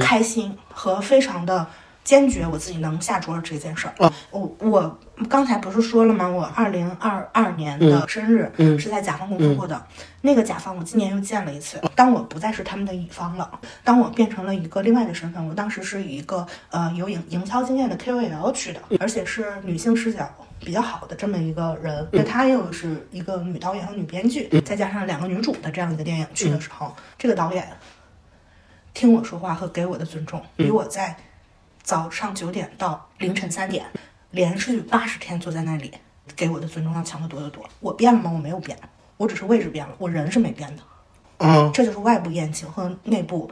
开心和非常的坚决，我自己能下桌这件事儿。我我刚才不是说了吗？我二零二二年的生日是在甲方公司过的，那个甲方我今年又见了一次。当我不再是他们的乙方了，当我变成了一个另外的身份，我当时是以一个呃有营营销经验的 KOL 去的，而且是女性视角。比较好的这么一个人，那她又是一个女导演和女编剧，再加上两个女主的这样一个电影去的时候，这个导演听我说话和给我的尊重，比我在早上九点到凌晨三点，连续八十天坐在那里，给我的尊重要强得多得多。我变了吗？我没有变，我只是位置变了，我人是没变的。嗯，这就是外部宴请和内部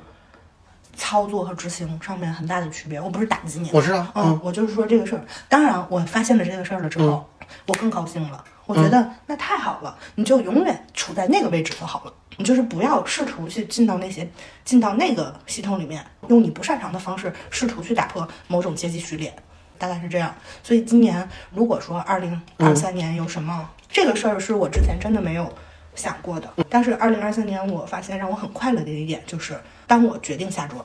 操作和执行上面很大的区别。我不是打击你，我知道嗯嗯，我就是说这个事儿。当然，我发现了这个事儿了之后，我更高兴了。我觉得那太好了，你就永远处在那个位置就好了。你就是不要试图去进到那些进到那个系统里面，用你不擅长的方式试图去打破某种阶级序列，大概是这样。所以今年如果说二零二三年有什么、这个事儿，是我之前真的没有想过的。但是二零二三年，我发现让我很快乐的一点就是，当我决定下桌，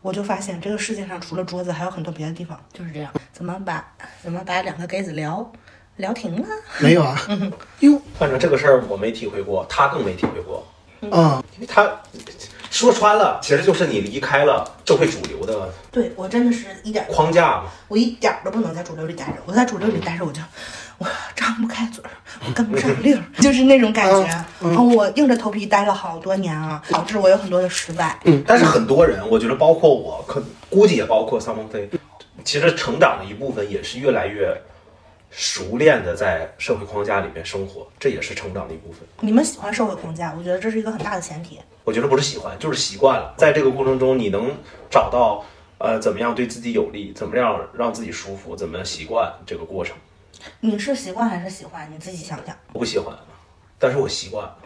我就发现这个世界上除了桌子，还有很多别的地方，就是这样。怎么把怎么把两个盖子聊聊停了？没有啊，哟，反正这个事儿我没体会过，他更没体会过，嗯，因为他说穿了，其实就是你离开了社会主流的对我真的是一点儿，框架嘛。我一点儿都不能在主流里待着。我在主流里待着，我就我张不开嘴儿，我跟不上溜儿，就是那种感觉。哦我硬着头皮待了好多年啊，导致我有很多的失败。但是很多人，我觉得包括我，可估计也包括桑鹏飞，其实成长的一部分也是越来越熟练的在社会框架里面生活，这也是成长的一部分。你们喜欢社会评价，我觉得这是一个很大的前提。我觉得不是喜欢，就是习惯了。在这个过程中，你能找到呃怎么样对自己有利，怎么样让自己舒服，怎么习惯这个过程。你是习惯还是喜欢？你自己想想。我不喜欢，但是我习惯了。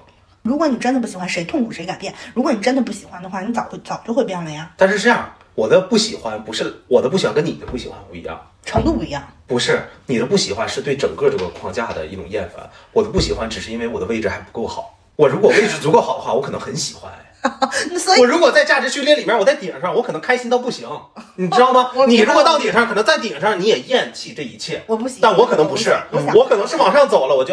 如果你真的不喜欢，谁痛苦谁改变。如果你真的不喜欢的话，你早会早就会变了呀，但是这样，我的不喜欢不是我的不喜欢跟你的不喜欢不一样，程度不一样。不是你的不喜欢是对整个这个框架的一种厌烦，我的不喜欢只是因为我的位置还不够好。我如果位置足够好的话，我可能很喜欢。 那所以我如果在价值序列里面，我在顶上，我可能开心到 不行，你知道吗我？你如果到顶上，可能在顶上你也厌弃这一切。我不喜欢但我可能不是我不喜，欢我可能是往上走了，我就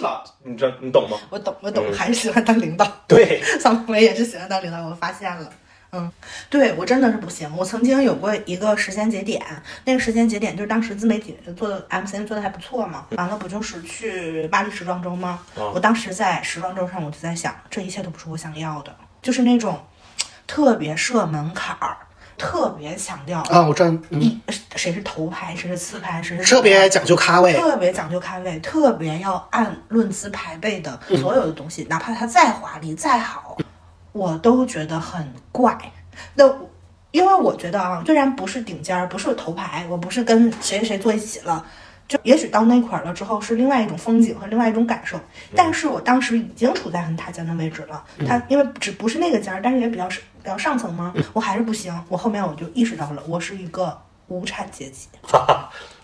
老，你知道你懂吗？我懂，我嗯懂，还是喜欢当领 导。 对，桑博也是喜欢当领导，我发现了。嗯，对我真的是不行。我曾经有过一个时间节点，那个时间节点就是当时自媒体做的 MCN 做的还不错嘛，完了不就是去巴黎时装周吗？啊我当时在时装周上，我就在想，这一切都不是我想要的，就是那种特别设门槛儿，特别强调啊，我知道，嗯，一谁是头牌，谁是次牌，谁是特别讲究咖位，特别讲究咖位，特别要按论资排辈的所有的东西，哪怕它再华丽再好，我都觉得很怪。那我因为我觉得啊，虽然不是顶尖儿，不是头牌，我不是跟谁谁坐一起了。就也许到那块儿了之后是另外一种风景和另外一种感受，嗯但是我当时已经处在很塔尖的位置了。他因为只不是那个尖儿，但是也比较是比较上层嘛，嗯我还是不行。我后面我就意识到了，我是一个无产阶级。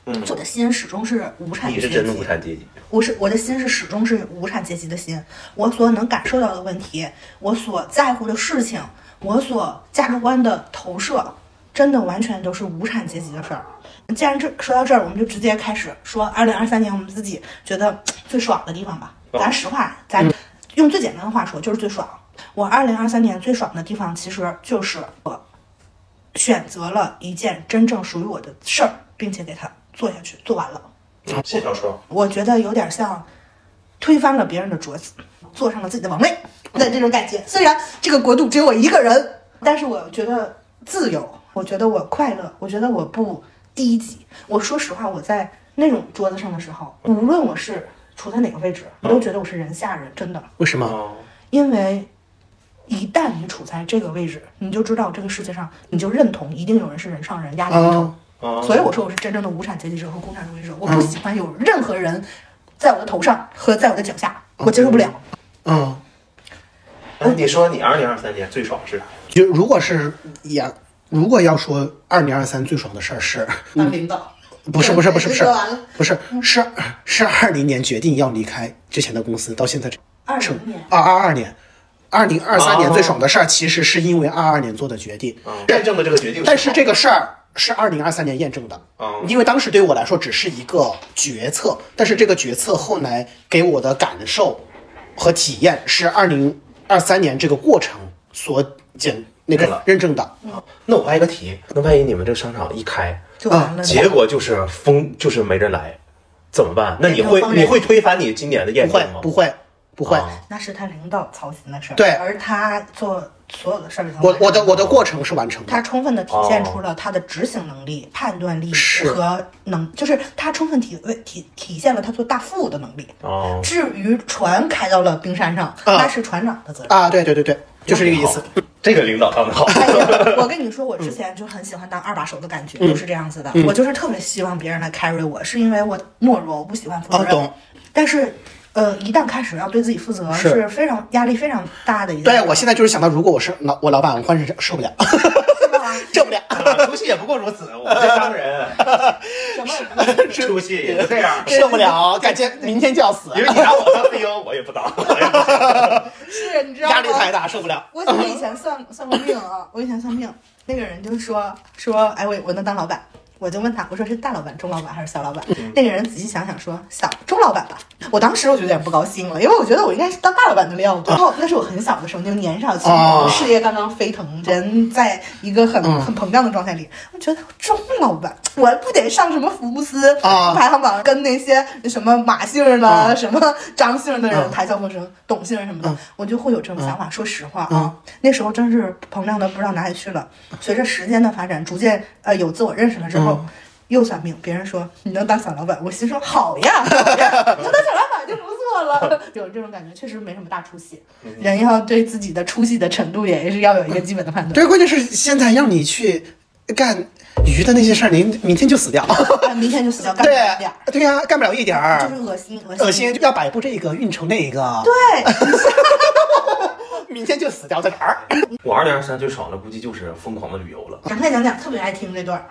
我的心始终是无产嗯你阶级，是真的无产阶级。我是我的心是始终是无产阶级的心，我所能感受到的问题，我所在乎的事情，我所价值观的投射，真的完全都是无产阶级的事儿。既然这说到这儿，我们就直接开始说二零二三年我们自己觉得最爽的地方吧。好咱实话，咱用最简单的话说，就是最爽。我二零二三年最爽的地方，其实就是我选择了一件真正属于我的事儿，并且给它做下去，做完了。嗯谢小说，我觉得有点像推翻了别人的桌子，坐上了自己的王位的这种感觉。虽然这个国度只有我一个人，但是我觉得自由，我觉得我快乐，我觉得我不低级。我说实话，我在那种桌子上的时候，无论我是处在哪个位置，我都觉得我是人下人，真的。为什么？嗯哦，因为一旦你处在这个位置，你就知道这个世界上，你就认同一定有人是人上人，压人头。啊，哦所以我说我是真正的无产阶级者和共产主义者，我嗯不喜欢有任何啊人在我的头上和在我的脚下，我接受不了。嗯，那哎你说你二零二三年最爽是啥？就如果是也，如果要说二零二三最爽的事儿是，当领导。不是不是不是不是嗯说完了不是是是二零年决定要离开之前的公司，到现在这20成年二二二年，二零二三年哦最爽的事儿，其实是因为二二年做的决定，嗯，验证了这个决定，但是这个事儿是二零二三年验证的哦，因为当时对我来说只是一个决策，但是这个决策后来给我的感受和体验是二零二三年这个过程所检那认个了认证的。那我问一个题，那万一你们这个商场一开，就完啊了。结果就是封，就是没人来，怎么办？那你没会有封人你会推翻你今年的验不会证吗？不会不会，啊那是他领导操心的事儿，对而他做所有的事儿已经我我完的成了我的过程是完成的。他充分的体现出了他的执行能力、判断力是和能，就是他充分体为体体现了他做大副的能力。哦，至于船开到了冰山上，那是船长的责任。啊，对对对对，就是这个意思。好。这个领导当的好，哎呀， 我跟你说，我之前就很喜欢当二把手的感觉，嗯就是这样子的。我就是特别希望别人来 carry 我，是因为我懦弱，我不喜欢负责啊任。懂但是，呃，一旦开始要对自己负责，是是非常压力非常大的一件事对儿。我现在就是想到，如果我是老我老板，我换成受 不了，受不了。 出息也不过如此，我们这商人出息也就这 样。受不了，感觉明天就要死因，为你让我当 CEO，我 也不当。我也不当是，你知道吗？压力太大，受不了。我我以前算算过命啊，我以前算命，那个人就说说，哎，我我能当老板，我就问他，我说是大老板、中老板还是小老板？嗯那个人仔细想想说小中老板吧。我当时我就有点不高兴了，因为我觉得我应该是当大老板的料子。然后那是我很小的时候，就年少轻狂，啊嗯事业刚刚飞腾，人在一个很很膨胀的状态里，我觉得中老板，我不得上什么福布斯啊排行榜，跟那些什么马姓的、啊什么张姓的人嗯谈笑风生，董姓什么的，嗯我就会有这种想法。说实话啊嗯，那时候真是膨胀的不知道哪里去了。随着时间的发展，逐渐呃有自我认识了之后。嗯又算命，别人说你能当小老板，我心说好呀，好呀能当小老板就不错了。 有这种感觉，确实没什么大出息。 人要对自己的出息的程度也是要有一个基本的判断。对，关键是现在让你去干鱼的那些事儿，你明天就死掉。啊 明天就死掉，干不 对了点儿，对呀，干不了一点就儿是，恶心，恶心，恶心，就要摆布这个，运筹那个，对， 明天就死掉在哪儿？我二零二三最爽的估计就是疯狂的旅游了。讲快讲讲，特别爱听这段儿。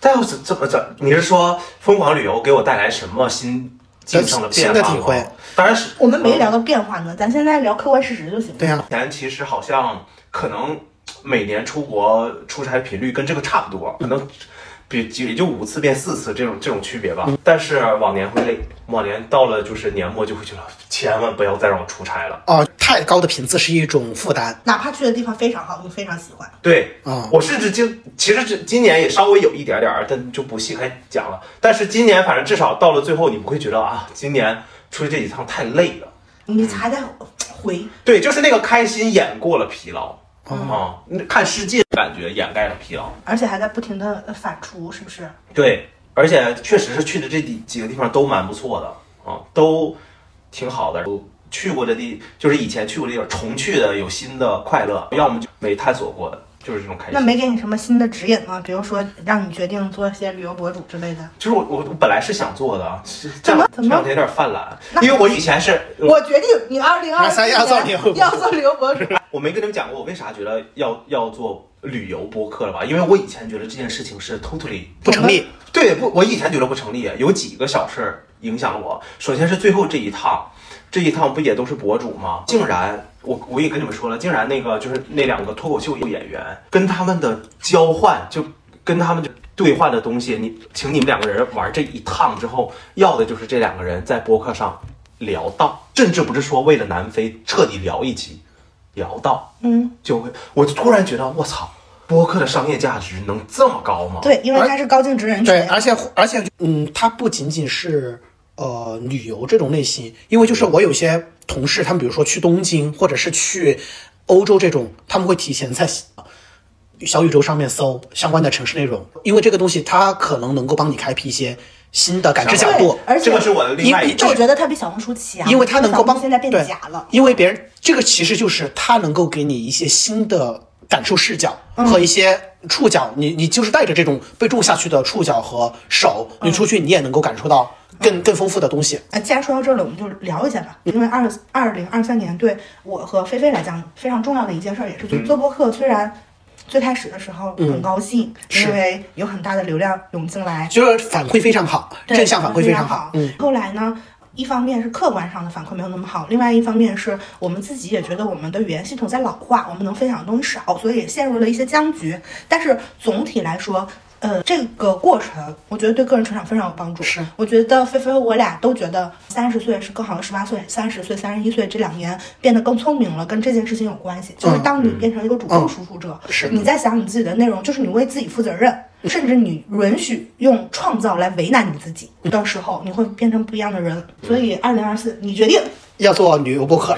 但要是怎么怎，你是说疯狂旅游给我带来什么心境上的变化呃新吗？的体会当然是我们没聊到变化呢，咱现在聊客观事实就行。对呀，前其实好像可能每年出国出差频率跟这个差不多，可能比也就五次变四次这种这种区别吧。但是往年会累，往年到了就是年末就会觉得千万不要再让我出差了。哦，太高的频次是一种负担。哪怕去的地方非常好，我非常喜欢。对，啊我甚至今其实这今年也稍微有一点点儿，但就不细开讲了。但是今年反正至少到了最后，你不会觉得啊，今年出去这一趟太累了。你还在回，对，就是那个开心掩过了疲劳啊、那看世界的感觉掩盖了疲劳。而且还在不停的反刍，是不是？对，而且确实是去的这几几个地方都蛮不错的啊，都挺好的。去过的地就是以前去过的地方，重去的有新的快乐，要么就没探索过的，就是这种开心。那没给你什么新的指引吗？比如说让你决定做一些旅游博主之类的。就是我我我本来是想做的，啊是这怎么两怎这么两天有点泛滥那，因为我以前是我决定，你二零二23要做旅游博主要做旅游博主。哎我没跟你们讲过我为啥觉得要要做旅游播客了吧？因为我以前觉得这件事情是 totally 不成立。对，不，我以前觉得不成立，有几个小事儿影响了我。首先是最后这一趟，这一趟不也都是博主吗？竟然，我我也跟你们说了，竟然那个就是那两个脱口秀演员跟他们的交换，就跟他们就兑换的东西，你请你们两个人玩这一趟之后，要的就是这两个人在播客上聊到，甚至不是说为了南非彻底聊一期，聊到，嗯，就会，我就突然觉得，我操，播客的商业价值能这么高吗？对，因为它是高净值人群。对，而且而且，嗯，它不仅仅是呃旅游这种类型，因为就是我有些同事，他们比如说去东京或者是去欧洲这种，他们会提前在小宇宙上面搜相关的城市内容，因为这个东西它可能能够帮你开辟一些新的感知角度对，而且这个是我的另外一因但我个。觉得它比小红书强，因为它能够小红帮书现在变对假了。因为别人这个其实就是它能够给你一些新的感受视角嗯和一些触角，你你就是带着这种被种下去的触角和手，你嗯出去你也能够感受到更更丰富的东西。啊，既然说到这里，我们就聊一下吧。因为二二零二三年对我和菲菲来讲非常重要的一件事儿，也是做做播客。虽然最开始的时候很高兴，是因为有很大的流量涌进来，就是反馈非常好，对正向反馈非常好。嗯，后来呢，一方面是客观上的反馈没有那么好，另外一方面是我们自己也觉得我们的语言系统在老化，我们能分享的东西少，所以也陷入了一些僵局。但是总体来说。呃，这个过程我觉得对个人成长非常有帮助。是，我觉得菲菲和我俩都觉得三十岁是更好的十八岁，三十岁、三十一岁这两年变得更聪明了，跟这件事情有关系。就是嗯当你变成一个主嗯动输出者，是嗯你在想你自己的内容，就是你为自己负责任，甚至你允许用创造来为难你自己嗯的时候，你会变成不一样的人。所以，二零二四你 决定，要做旅游播客，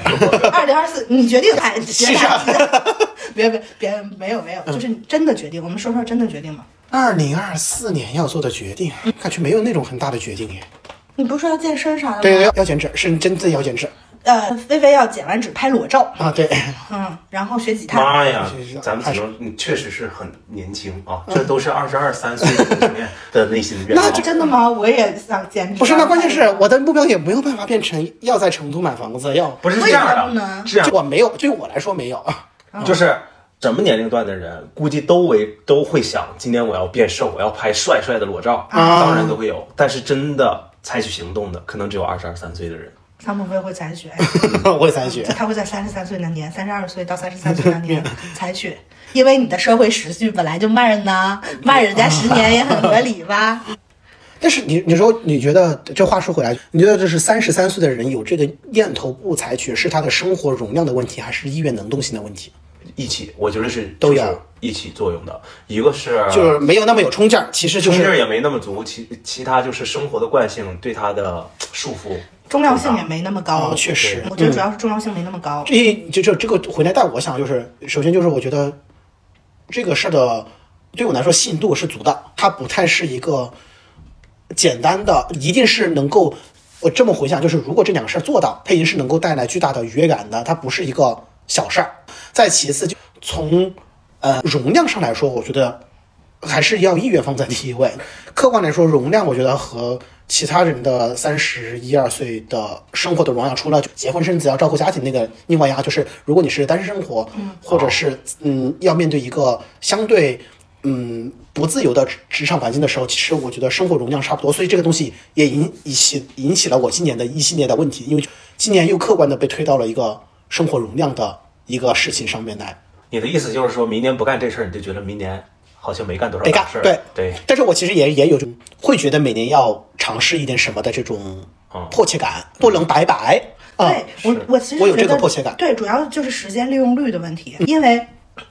二零二四你决定，哎，别是啊嗯打字 别别别，没有没有，就是你真的决定。我们说说真的决定吧。二零二四年要做的决定，感觉没有那种很大的决定耶。你不是说要健身啥的吗？对，要要减脂，是真的要减脂呃，菲菲要剪完纸拍裸照，啊！对，嗯，然后学吉他。嗯妈呀是是！咱们只能，你确实是很年轻啊，这都是二十二三岁的同性恋的内心 愿望。哦真的吗？我也想剪纸。不是，那关键是我的目标也没有办法变成要在成都买房子，要不是为这样什么呢嗯的，这样就我没有，对我来说 没有。就是什么年龄段的人，估计都为都会想，今年我要变瘦，我要拍帅帅的裸照，啊当然都会有。但是真的采取行动的，可能只有二十二三岁的人。桑普菲会采取。我也才学就，他会在三十三岁那年，三十二岁到三十三岁那年采取，因为你的社会时序本来就慢呢，慢人家十年也很合理吧？但是你你说你觉得这话说回来，你觉得这是三十三岁的人有这个念头不采取，是他的生活容量的问题，还是意愿能动性的问题？一起，我觉得是都有就是一起作用的。一个是就是没有那么有冲劲儿，其实就呃冲劲儿是也没那么足，其其他就是生活的惯性对他的束缚，重要性也没那么高，哦，确实，我觉得嗯主要是重要性没那么高。这就就这个回来带我想就是，首先就是我觉得这个事儿的对我来说吸引度是足的，它不太是一个简单的，一定是能够我这么回想，就是如果这两个事儿做到，它一定是能够带来巨大的愉悦感的，它不是一个小事儿。再其次，就从呃容量上来说，我觉得还是要意愿放在第一位。客观来说，容量我觉得和其他人的三十一二岁的生活的容量，除了就结婚生子要照顾家庭那个另外一个就是如果你是单身生活，或者是嗯要面对一个相对嗯不自由的职职场环境的时候，其实我觉得生活容量差不多，所以这个东西也引引起引起了我今年的一系列的问题，因为今年又客观的被推到了一个生活容量的一个事情上面来。你的意思就是说明年不干这事儿，你就觉得明年好像没干多少没大干事儿。哎对对，但是我其实也也有种会觉得每年要尝试一点什么的这种嗯迫切感，不能白白啊。对我是，我其实我有觉这个得迫切感对，主要就是时间利用率的问题，因为。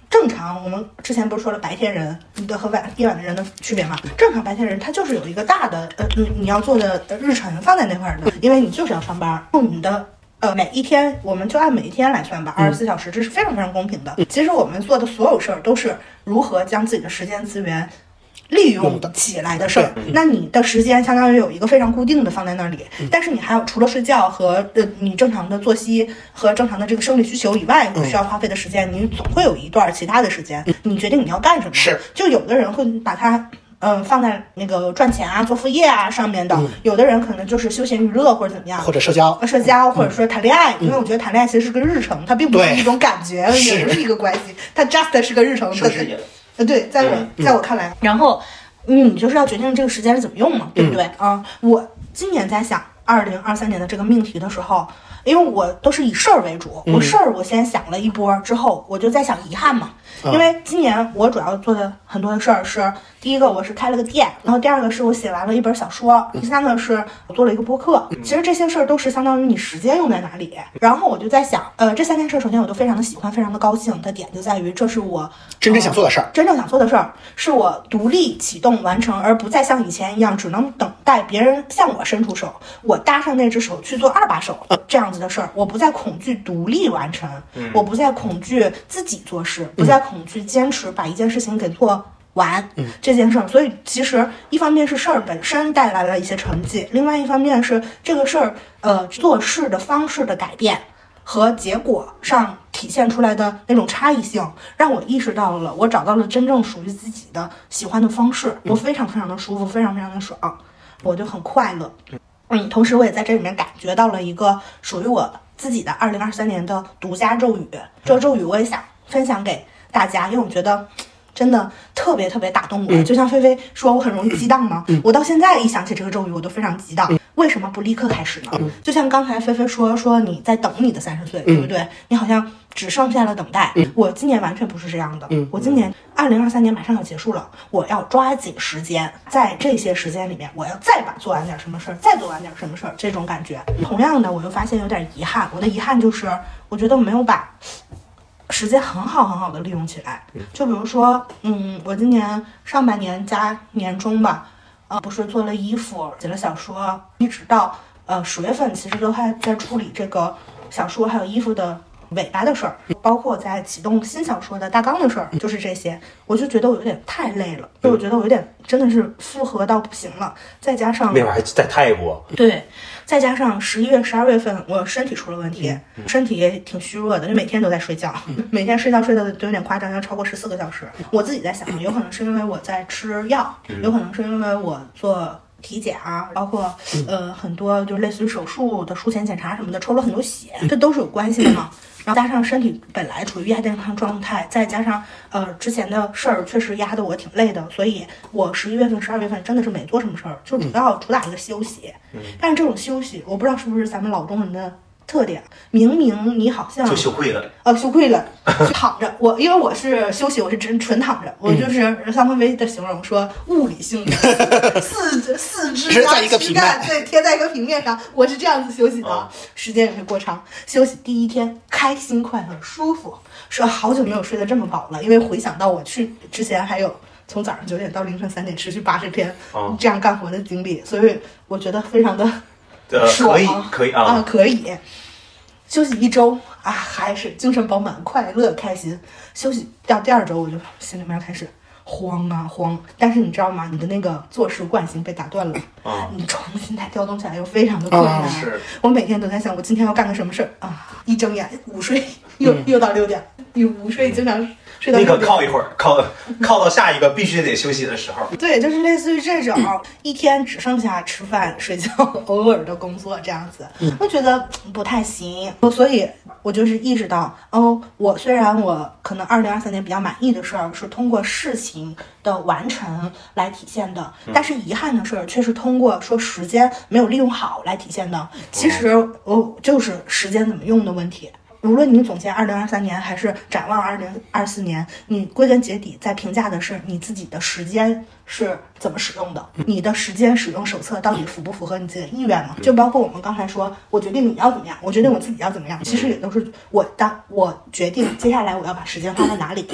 正常，我们之前不是说了白天人的和晚夜晚的人的区别吗？正常白天人他就是有一个大的呃，你你要做的呃日程放在那块儿的，因为你就是要上班儿，然后你的呃每一天我们就按每一天来算吧，二十嗯四小时这是非常非常公平的。其实我们做的所有事儿都是如何将自己的时间资源利用起来的事儿。嗯那你的时间相当于有一个非常固定的放在那里，但是你还有除了睡觉和呃你正常的作息和正常的这个生理需求以外，你需嗯要花费的时间，你总会有一段其他的时间，你决定你要干什么。是，就有的人会把它。嗯，放在那个赚钱啊、做副业啊上面的，有的人可能就是休闲娱乐或者怎么样，嗯啊呃或者社交社交，或者说谈恋爱，因为我觉得谈恋爱其实是个日程，它并不是对一种感觉，也是不是一个关系，它 just 是个日程。是不是它也呃，对，在我、在我看来，然后嗯你就是要决定这个时间是怎么用嘛，对不对啊、嗯我今年在想二零二三年的这个命题的时候，因为我都是以事儿为主，我嗯事儿我先想了一波之后，我就在想遗憾嘛，嗯因为今年我主要做的很多的事儿是，第一个我是开了个店，然后第二个是我写完了一本小说，嗯第三个是我做了一个播客。其实这些事儿都是相当于你时间用在哪里。嗯然后我就在想，呃，这三件事儿，首先我都非常的喜欢，非常的高兴的点就在于，这是我真正想做的事嗯儿，真正想做的事儿，是我独立启动完成，而不再像以前一样只能等待别人向我伸出手，我搭上那只手去做二把手这样子的事儿。我不再恐惧独立完成，我不再恐惧自己做事，不再恐惧坚持把一件事情给做。完这件事儿，所以其实一方面是事儿本身带来了一些成绩，另外一方面是这个事儿，呃，做事的方式的改变，和结果上体现出来的那种差异性，让我意识到了，我找到了真正属于自己的喜欢的方式，我非常非常的舒服，非常非常的爽，我就很快乐。嗯，同时我也在这里面感觉到了一个属于我自己的二零二三年的独家咒语。这个咒语我也想分享给大家，因为我觉得真的特别特别打动我。就像菲菲说，我很容易激荡嘛，我到现在一想起这个咒语，我都非常激荡。为什么不立刻开始呢？就像刚才菲菲说，说你在等你的三十岁，对不对？你好像只剩下了等待。我今年完全不是这样的，我今年二零二三年马上要结束了，我要抓紧时间，在这些时间里面，我要再把做完点什么事儿，再做完点什么事儿，这种感觉。同样的，我又发现有点遗憾，我的遗憾就是，我觉得我没有把时间很好很好的利用起来。就比如说，嗯，我今年上半年加年终吧，呃，不是做了衣服，写了小说，一直到呃十月份，其实都还在处理这个小说还有衣服的尾巴的事儿，包括在启动新小说的大纲的事儿，就是这些，我就觉得我有点太累了，就我觉得我有点真的是负荷到不行了，再加上那会儿还在泰国，对，再加上十一月、十二月份我身体出了问题，身体也挺虚弱的，就每天都在睡觉，每天睡觉睡的都有点夸张，要超过十四个小时。我自己在想，有可能是因为我在吃药，有可能是因为我做。体检啊，包括呃很多就类似于手术的术前检查什么的，抽了很多血，这都是有关系的嘛。然后加上身体本来处于亚健康状态，再加上呃之前的事儿确实压得我挺累的，所以我十一月份、十二月份真的是没做什么事儿，就主要主打一个休息。但是这种休息，我不知道是不是咱们老中人的特点，明明你好像就羞愧了。呃，羞愧了，就躺着。我因为我是休息，我是真纯躺着，我就是嗯桑科维的形容说物理性 的四四肢人啊在一个躯平干面哦对贴在一个平面上，我是这样子休息的，啊时间也没过长。休息第一天开心快乐舒服，说好久没有睡得这么饱了，因为回想到我去之前还有。从早上九点到凌晨三点，持续八十天哦啊这样干活的经历，所以我觉得非常的呃，爽可以，可以啊，啊，可以。休息一周啊，还是精神饱满、快乐、开心。休息到第二周，我就心里面开始慌啊慌。但是你知道吗？你的那个做事惯性被打断了，啊 你重新再调动起来又非常的困难。啊是我每天都在想，我今天要干个什么事儿啊？一睁眼午睡，又、又到六点。你午睡经常睡到嗯那六点。个靠一会儿，靠靠到下一个必须得休息的时候，，对，就是类似于这种，啊一天只剩下吃饭、 睡觉，偶尔的工作这样子，我觉得嗯不太行。所以我就是意识到，哦，我虽然我可能二零二三年比较满意的事儿是通过事情的完成来体现的，但是遗憾的事儿却是通过说时间没有利用好来体现的。其实哦，就是时间怎么用的问题。无论你总结二零二三年还是展望二零二四年，你归根结底在评价的是你自己的时间是怎么使用的，你的时间使用手册到底符不符合你自己的意愿嘛？就包括我们刚才说，我决定你要怎么样，我决定我自己要怎么样，其实也都是我当我决定接下来我要把时间花在哪里，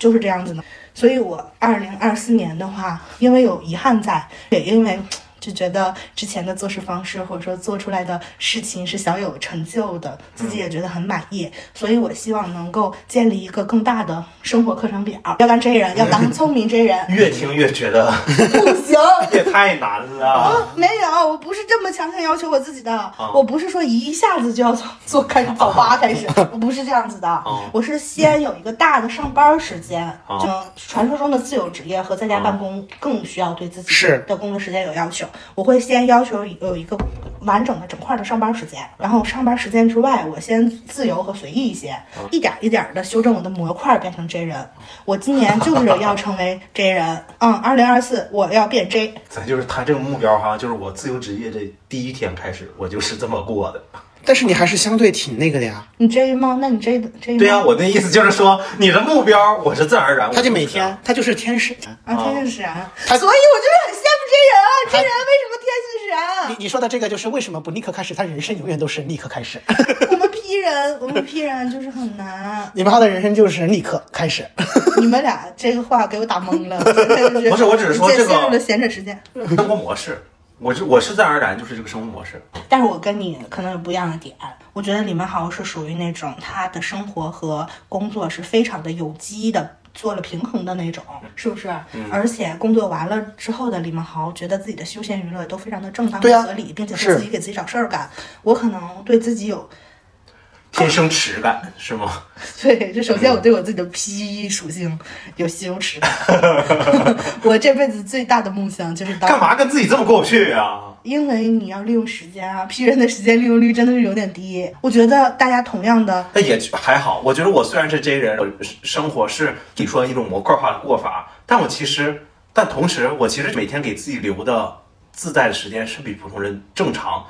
就是这样子的。所以我二零二四年的话，因为有遗憾在，也因为。就觉得之前的做事方式或者说做出来的事情是小有成就的，自己也觉得很满意，所以我希望能够建立一个更大的生活课程表，要当真人，要当聪明真人越听越觉得 不行。也太难了。没有，我不是这么强行要求我自己的，我不是说一下子就要从做开始早八开始，我不是这样子的，我是先有一个大的上班时间，哦嗯，传说中的自由职业和在家办公更需要对自己是的工作时间有要求，我会先要求有一个完整的整块的上班时间，然后上班时间之外，我先自由和随意一些，一点一点的修正我的模块变成 J 人，我今年就是要成为 J 人，嗯，二零二四我要变 J。咱就是他这个目标哈，就是我自由职业这第一天开始，我就是这么过的。但是你还是相对挺那个的呀，你 J 吗？那你 J 的 J 吗对呀、啊我那意思就是说，你的目标我是自然而然，他就我每知道天他就是天使。啊，天性使然，他所以我就是很羡慕 J 人啊，J 他人为什么天性使然你啊？你说的这个就是为什么不立刻开始？他人生永远都是立刻开始。 啊我们 P 人，我们 P 人就是很难。啊你们浩的人生就是立刻开始。你们俩这个话给我打懵了，真的是不是我只是说你这个陷入了闲着时间。生活模式，我是我是自然而然就是这个生活模式。但是我跟你可能有不一样的点，我觉得李文豪是属于那种他的生活和工作是非常的有机的。做了平衡的那种，嗯是不是？而且工作完了之后的李文豪，觉得自己的休闲娱乐都非常的正当对啊合理，并且 是自己给自己找事儿干。我可能对自己有偏生耻感是吗？对，就首先我对我自己的 P 属性有羞耻 感。 我这辈子最大的梦想就是当干嘛跟自己这么过不去啊？因为你要利用时间啊，P 人的时间利用率真的是有点低。我觉得大家同样的，但也还好，我觉得我虽然是 J 人，我生活是你说一种模块化的过法，但我其实，但同时，我其实每天给自己留的自在的时间是比普通人正常、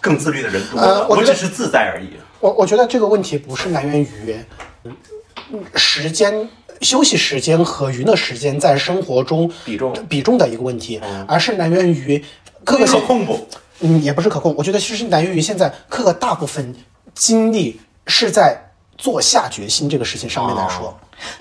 更自律的人多的。呃我觉得只是自在而已。我我觉得这个问题不是来源于嗯时间、休息时间和娱乐时间在生活中比重嗯比重的一个问题，而是来源于各个可现控不？嗯，也不是可控。我觉得其实来源于现在各个大部分精力是在做下决心这个事情上面来说。哦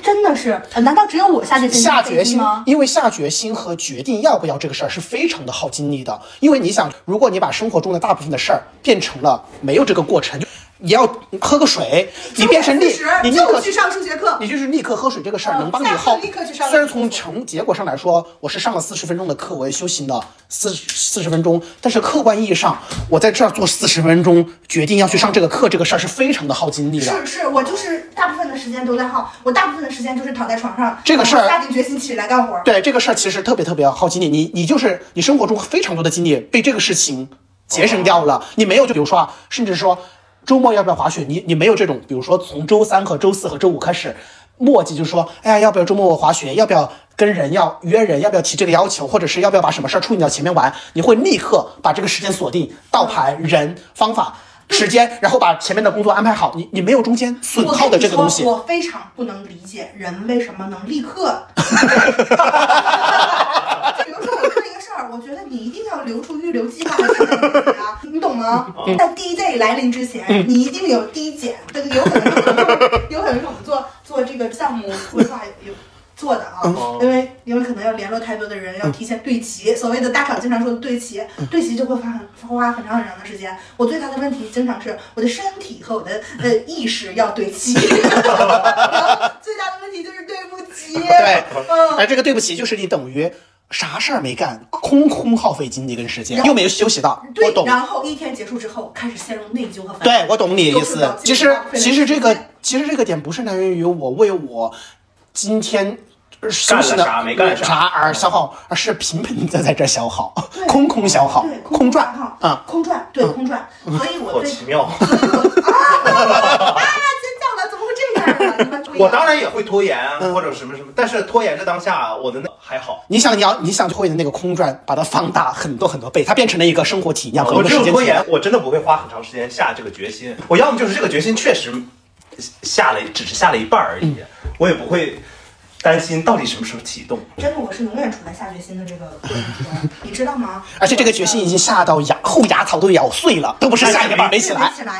真的是，呃难道只有我下决心下这决个心吗，？因为下决心和决定要不要这个事儿是非常的耗精力的。因为你想，如果你把生活中的大部分的事儿变成了没有这个过程，你要喝个水，你变成立中午40，你立中午刻去上数学课你就是立刻喝水这个事儿嗯能帮你下课耗。立刻去上虽然数学从课成结果上来说，我是上了四十分钟的课，我也休息了四四十分钟，但是客观意义上，我在这儿做四十分钟，决定要去上这个课这个事儿是非常的耗精力的。是是，我就是大部分的时间都在耗，我大部分的时间就是躺在床上，这个事儿然后下定决心起来干活。对这个事儿其实特别特别耗精力，你你就是你生活中非常多的精力被这个事情节省掉哦了，你没有就比如说啊，甚至说周末要不要滑雪，你你没有这种，比如说从周三和周四和周五开始墨迹，就是说，哎呀，要不要周末滑雪，要不要跟人要约人，要不要提这个要求，或者是要不要把什么事儿处理到前面完，你会立刻把这个时间锁定，倒排人方法。时间，然后把前面的工作安排好，你你没有中间损我耗跟的你这个东说，西。我非常不能理解人为什么能立刻。 就比如说我看一个事儿，我觉得你一定要留出预留计划的啊，你懂吗？嗯在第一 day 来临之前，你一定有低减，这个有 可能是我们有可能是我们做做这个项目规划有。做的啊，因为因为可能要联络太多的人，要提前对齐。所谓的大厂经常说的对齐，对齐就会花很花很长很长的时间。我最大的问题经常是我的身体和我的呃意识要对齐，然后最大的问题就是对不齐。对嗯， 哎，这个对不起，就是你等于啥事儿没干，空空耗费精力跟时间然，后又没有休息到。对我，懂，然后一天结束之后，开始陷入内疚和反对我懂你的意又是思脑。筋其实浪费了其实这时个间其实这个点不是来源于我为我今天。呃休息干了的啥没干啥嗯而消耗，而是频频的在这儿消耗对，空空消耗对，，空转哈啊！空转，对，空转。所以我好对，奇妙。所以我啊啊，尖叫了，怎么会这样呢？你们注意啊我当然也会拖延或者什么什么，但是拖延的当下，我的那还好。你想你要你想会的那个空转，把它放大很多很多倍，它变成了一个生活体验和我一个只时有间拖体延验。，我真的不会花很长时间下这个决心。我要么就是这个决心确实下了，只是下了一半而已，我也不会担心到底什么时候启动。真的，我是永远处在下决心的这个过程中，你知道吗？ 而且这个决心已经下到牙后牙槽都咬碎了，都不是哎下一个板没 起来没。起来，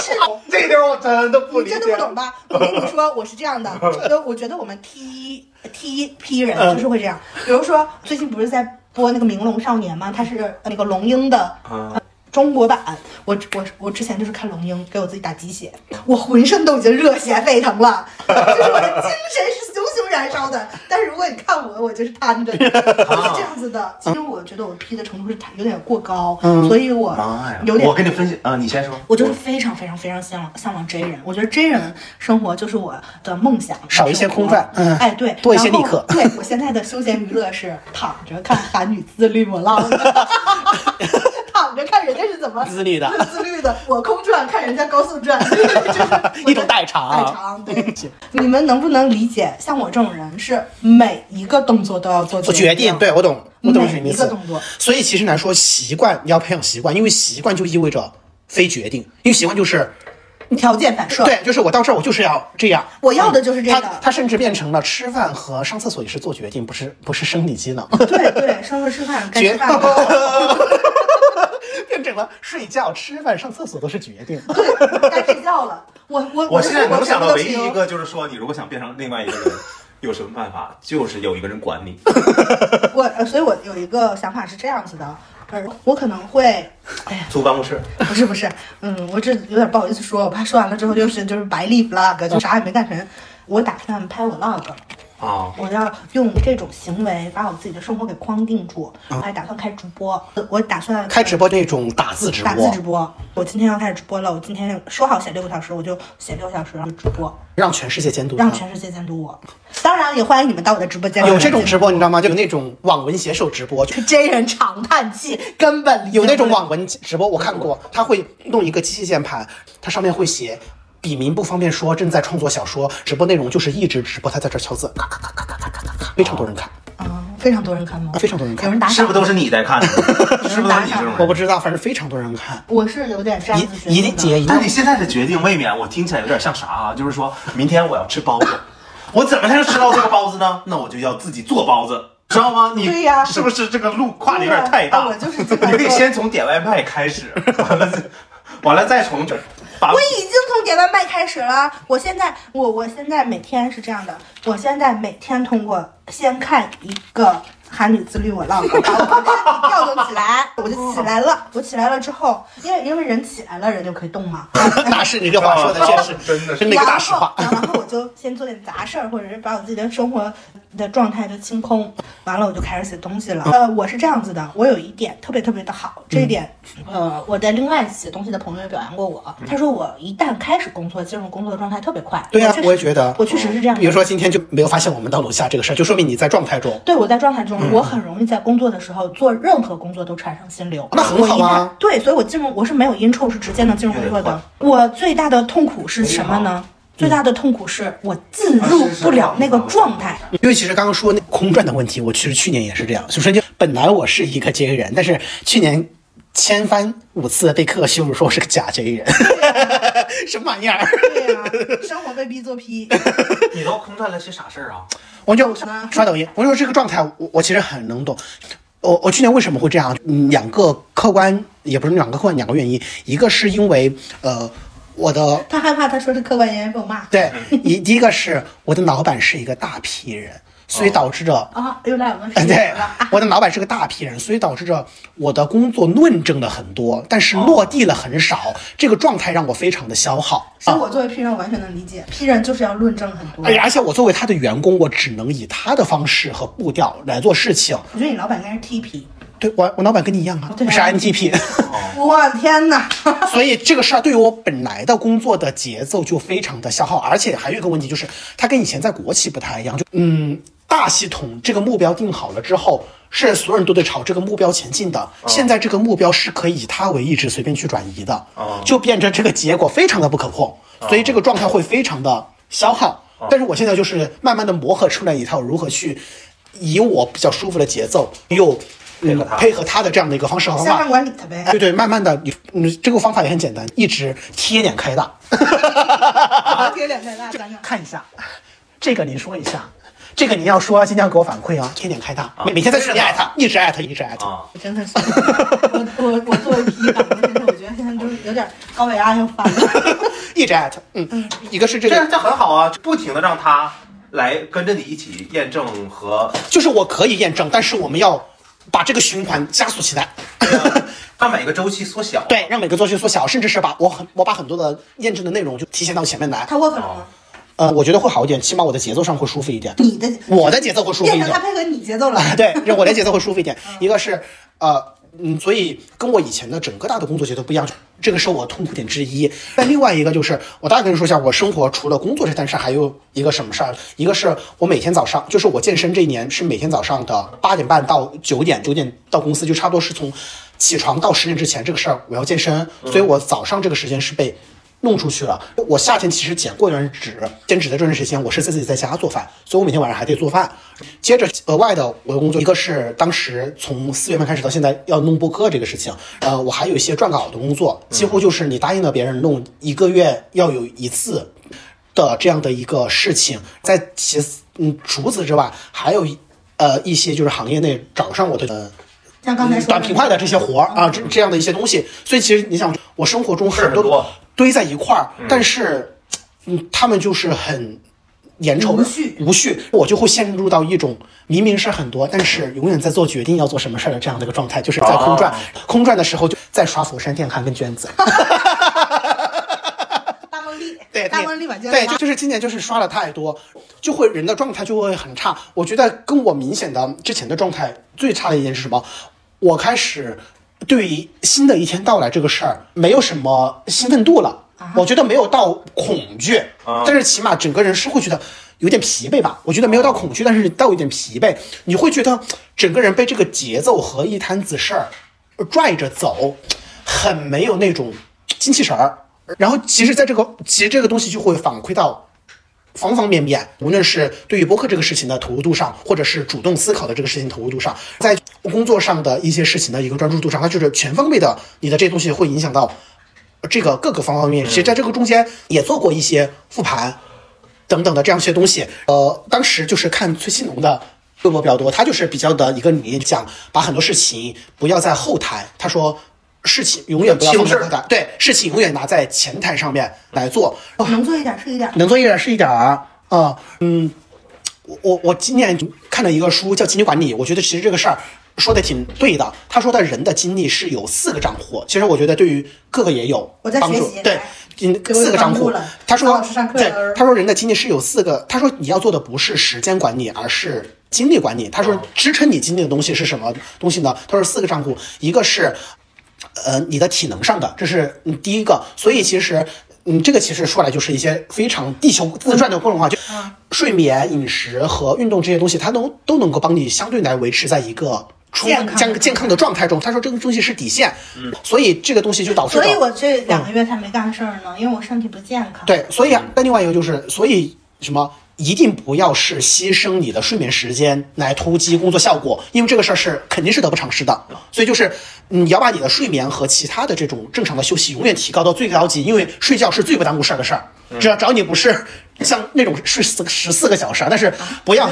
是这点我真的不你真的不懂 吧？我跟你说，我是这样的，就我觉得我们 T 呃 T P 人嗯就是会这样。比如说，最近不是在播那个《明龙少年》吗？他是呃那个龙樱的呃啊，中国版。我我我之前就是看龙樱，给我自己打鸡血，我浑身都已经热血沸腾了，就是我的精神是熊熊燃烧的。但是如果你看我，我就是瘫着的， 就是这样子的。其实我觉得我 P 的程度是有点过高，所以我嗯妈呀！有点我跟你分析啊，你先说。我就是非常非常非常向往向往 J 人，我觉得 J 人生活就是我的梦想，少一些空转生活嗯哎对，多一些立刻然后对我现在的休闲娱乐是躺着看韩女自律磨浪， 躺着看人家是怎么自律的自律的，我空转看人家高速转， 就是一种代偿啊代偿 对。你们能不能理解？像我这种人是每一个动作都要做做决定，对我懂，我懂什么意每一个思动作。所以其实来说，习惯你要培养习惯，因为习惯就意味着非决定，因为习惯就是条件反射，对，就是我到这儿我就是要这样，我要的就是这个嗯它它甚至变成了吃饭和上厕所也是做决定，不是不是生理机能， 对对，上课吃饭该决吃饭了。变成了睡觉、吃饭、上厕所都是决定。对，该睡觉了。我我我现在能想到唯是一一个就是说，你如果想变成另外一个人，有什么办法？就是有一个人管你。我，呃所以我有一个想法是这样子的，呃，我可能会，哎呀，租办公室，不是不是，嗯，我这有点不好意思说，我怕说完了之后就是就是白立 vlog，就啥也没干成。我打算拍我 log，啊，我要用这种行为把我自己的生活给框定住。嗯我还打算开直播，我打算开直播那种打字直播，打字直播。我今天要开始直播了，我今天说好写六个小时，我就写六小时直播，让全世界监督他让全世界监督我。当然也欢迎你们到我的直播间来有这种直播，你知道吗？吗？就有那种网文写手直播，就真人长叹气，根本有那种网。网文直播，我看过，他会弄一个机械键盘，它上面会写。笔名不方便说，正在创作小说，直播内容就是一直直播，他在这敲字，咔咔咔咔咔咔咔咔咔，非常多人 看，啊，非常多人看吗？非常多人看有人打赏是不是都是你在看的？是不是都是你这种人？我不知道，反正非常多人 看。我是有点这样子觉一一得定姐的。一 那定你现在的决定未免我听起来有点像啥啊？就是说明天我要吃包子，我怎么才能吃到这个包子呢？那我就要自己做包子，知道吗？你对呀是不是这个路跨的有点对呀太啊大？我就是这么 你可以做先从点外卖开始，完了再完了再从这把我已经从点外卖开始了。我现在，我我现在每天是这样的，我现在每天通过先看一个韩语自律我 log，把我的身体调动起来，我就起来了。我起来了之后，因为因为人起来了，人就可以动嘛。大师，你这话说的确实真的 是真的一个大实 话。然后，然后我就先做点杂事儿，或者是把我自己的生活的状态就清空，完了我就开始写东西了。呃，我是这样子的，我有一点特别特别的好，这一点，呃，我的另外写东西的朋友也表扬过我，他说我一旦开始工作，进入工作的状态特别快。对呀确实我也觉得我确实是这样的。比如说今天就没有发现我们到楼下这个事儿，就说明你在状态中。对我在状态中，嗯我很容易在工作的时候做任何工作都产生心流，那很好啊我一旦对，所以我进入我是没有 intro 是直接能进入工作的。我最大的痛苦是什么呢？最大的痛苦啊嗯是我进入不了那个状态。因为其实刚刚说那空转的问题，我其实去年也是这样。首先就本来我是一个 J 人，但是去年千番五次被客羞辱说我是个假 J 人， 什么玩意儿？对呀、生活被逼做 P。你都空转了些啥事儿啊？我就刷抖音，我就说这个状态，我我其实很能懂。我我去年为什么会这样？嗯两个客观也不是两个客观，两个原因，一个是因为呃我的 他害怕他说是客观原因被我骂对，一第一个是我的老板是一个大批人，所以导致着。啊，又来我们室友 对了。，我的老板是个大批人，所以导致着我的工作论证了很多，但是落地了很少，这个状态让我非常的消耗。所以我作为 P 人，我完全能理解，P 人就是要论证很多。而且而且我作为他的员工，我只能以他的方式和步调来做事情。我觉得你老板应该是 T P。对我，我老板跟你一样啊，对啊是 NTP，我天哪！ 所以这个事儿对于我本来的工作的节奏就非常的消耗，而且还有一个问题就是，它跟以前在国企不太一样，就嗯，大系统这个目标定好了之后，是所有人都得朝这个目标前进的。哦现在这个目标是可以以它为意志随便去转移的，哦就变成这个结果非常的不可控，所以这个状态会非常的消耗。哦但是我现在就是慢慢的磨合出来一套如何去以我比较舒服的节奏又。嗯配合它配合他的这样的一个方式和方向法上，管理他呗。 对对，慢慢的，你嗯，这个方法也很简单，一直贴脸开大，贴脸太大，讲讲。看一下，这个您说一下，这个您要说，尽量给我反馈啊，贴脸开大，每每天在群里艾特，一直艾特，一直艾特。啊，我真的是，我我我作为 P 党，真的我觉得现在就是有点高血压又犯了。 一直艾特，嗯，一个是这这个，这很好啊，不停的让他来跟着你一起验证和就是我可以验证，但是我们要把这个循环加速起来，让每个周期缩小。 对，让每个作息缩小，甚至是把我很我把很多的验证的内容就提前到前面来，他 work 了吗？呃，我觉得会好一点，起码我的节奏上会舒服一点，你的我的节奏会舒服一变点成他。配合你节奏了。啊， 对，让我的节奏会舒服一点。一个是呃，嗯，所以跟我以前的整个大的工作节奏不一样，这个是我痛苦点之一。那另外一个就是，我大概跟你说一下，我生活除了工作这件事，还有一个什么事儿？一个是我每天早上，就是我健身这一年是每天早上的八点半到九点，九点到公司，就差不多是从起床到十点之前这个事儿，我要健身，所以我早上这个时间是被。弄出去了。我夏天其实减过一段脂，减脂的这段时间，我是自己在家做饭，所以我每天晚上还得做饭。接着额外的我的工作，一个是当时从四月份开始到现在要弄播客这个事情，呃，我还有一些撰稿的工作，几乎就是你答应了别人弄一个月要有一次的这样的一个事情。在其次嗯除此之外，还有一呃一些就是行业内找上我的。呃像刚才说的短平快的这些活儿啊，这这样的一些东西，所以其实你想，我生活中很事儿很多堆在一块儿，但是，嗯，他们就是很粘稠无的序无序，我就会陷入到一种明明事儿很多，但是永远在做决定要做什么事儿的这样的一个状态，就是在空转，哦空转的时候就在刷佛山电焊跟娟子，当例。对，对大问力挽救对，大就就是今年就是刷了太多，就会人的状态就会很差。我觉得跟我明显的之前的状态最差的一点是什么？我开始对于新的一天到来这个事儿没有什么兴奋度了。我觉得没有到恐惧，啊但是起码整个人是会觉得有点疲惫吧。我觉得没有到恐惧，但是到有点疲惫，你会觉得整个人被这个节奏和一摊子事儿拽着走，很没有那种精气神儿。然后其实，在这个其实这个东西就会反馈到方方面面，无论是对于播客这个事情的投入度上，或者是主动思考的这个事情投入度上，在工作上的一些事情的一个专注度上，它就是全方位的，你的这东西会影响到这个各个方方面面。其实在这个中间也做过一些复盘等等的这样一些东西。呃，当时就是看崔新龙的。微博比较多，他就是比较的一个理念，讲把很多事情不要在后台。他说，事情永远不要放在后台，对，事情永远拿在前台上面来做。能做一点是一点。能做一点是一点儿啊、嗯，我我我今年看了一个书叫《经济管理》，我觉得其实这个事儿说的挺对的。他说的人的精力是有四个账户，其实我觉得对于各个也有我在帮学助习。对来，嗯给我有四个账帮助户了。他说老师上，课对了，他说人的精力是有四个。他说你要做的不是时间管理，而是精力管理。他哦说支撑你精力的东西是什么东西呢？他说四个账户，一个是呃你的体能上的，这是嗯第一个。所以其实。嗯，这个其实说来就是一些非常地球自转的各种话，就睡眠、饮食和运动这些东西，它能都能够帮你相对来维持在一个充健康的健健康的状态中。他说这个东西是底线，所以这个东西就导致所了。以我这两个月才没干事儿呢，因为我身体不健康。，嗯对，所以啊，那另外一个就是，所以什么？一定不要是牺牲你的睡眠时间来突击工作效果，因为这个事儿是肯定是得不偿失的。所以就是嗯你要把你的睡眠和其他的这种正常的休息永远提高到最高级，因为睡觉是最不耽误事儿的事儿。只要只要你不是像那种睡十十四个小时啊，但是不要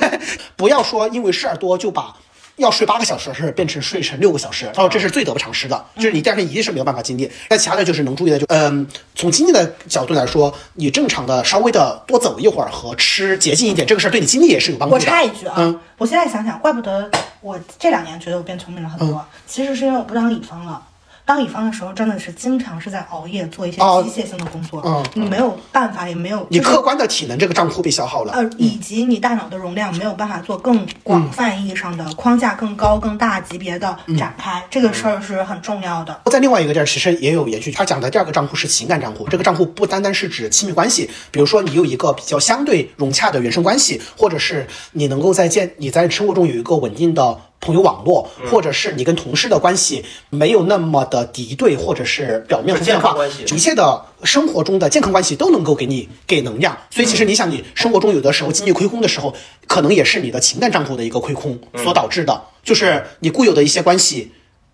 不要说因为事儿多就把要睡八个小时的事儿变成睡成六个小时，他说这是最得不偿失的，就是你第二天一定是没有办法经历。那其他的就是能注意的就，嗯，从经济的角度来说，你正常的稍微的多走一会儿和吃节俭一点，这个事儿对你精力也是有帮助我的。插一句啊，嗯我现在想想，怪不得我这两年觉得我变聪明了很嗯多，其实是因为我不当乙方了。当乙方的时候，真的是经常是在熬夜做一些哦机械性的工作，嗯你没有办法，也没有你就是客观的体能这个账户被消耗了，呃，以及你大脑的容量没有办法做更嗯广泛意义上的、框架更高、更大级别的展开，这嗯个事儿是很重要的。在另外一个这儿其实也有延续，他讲的第二个账户是情感账户，这个账户不单单是指亲密关系，比如说你有一个比较相对融洽的原生关系，或者是你能够在建你在生活中有一个稳定的。朋友网络，嗯或者是你跟同事的关系没有那么的敌对，或者是表面健分康化关系，一切的生活中的健康关系都能够给你给能量。所以其实嗯你想，你生活中有的时候精力亏空的时候，可能也是你的情感账户的一个亏空嗯所导致的，就是你固有的一些关系。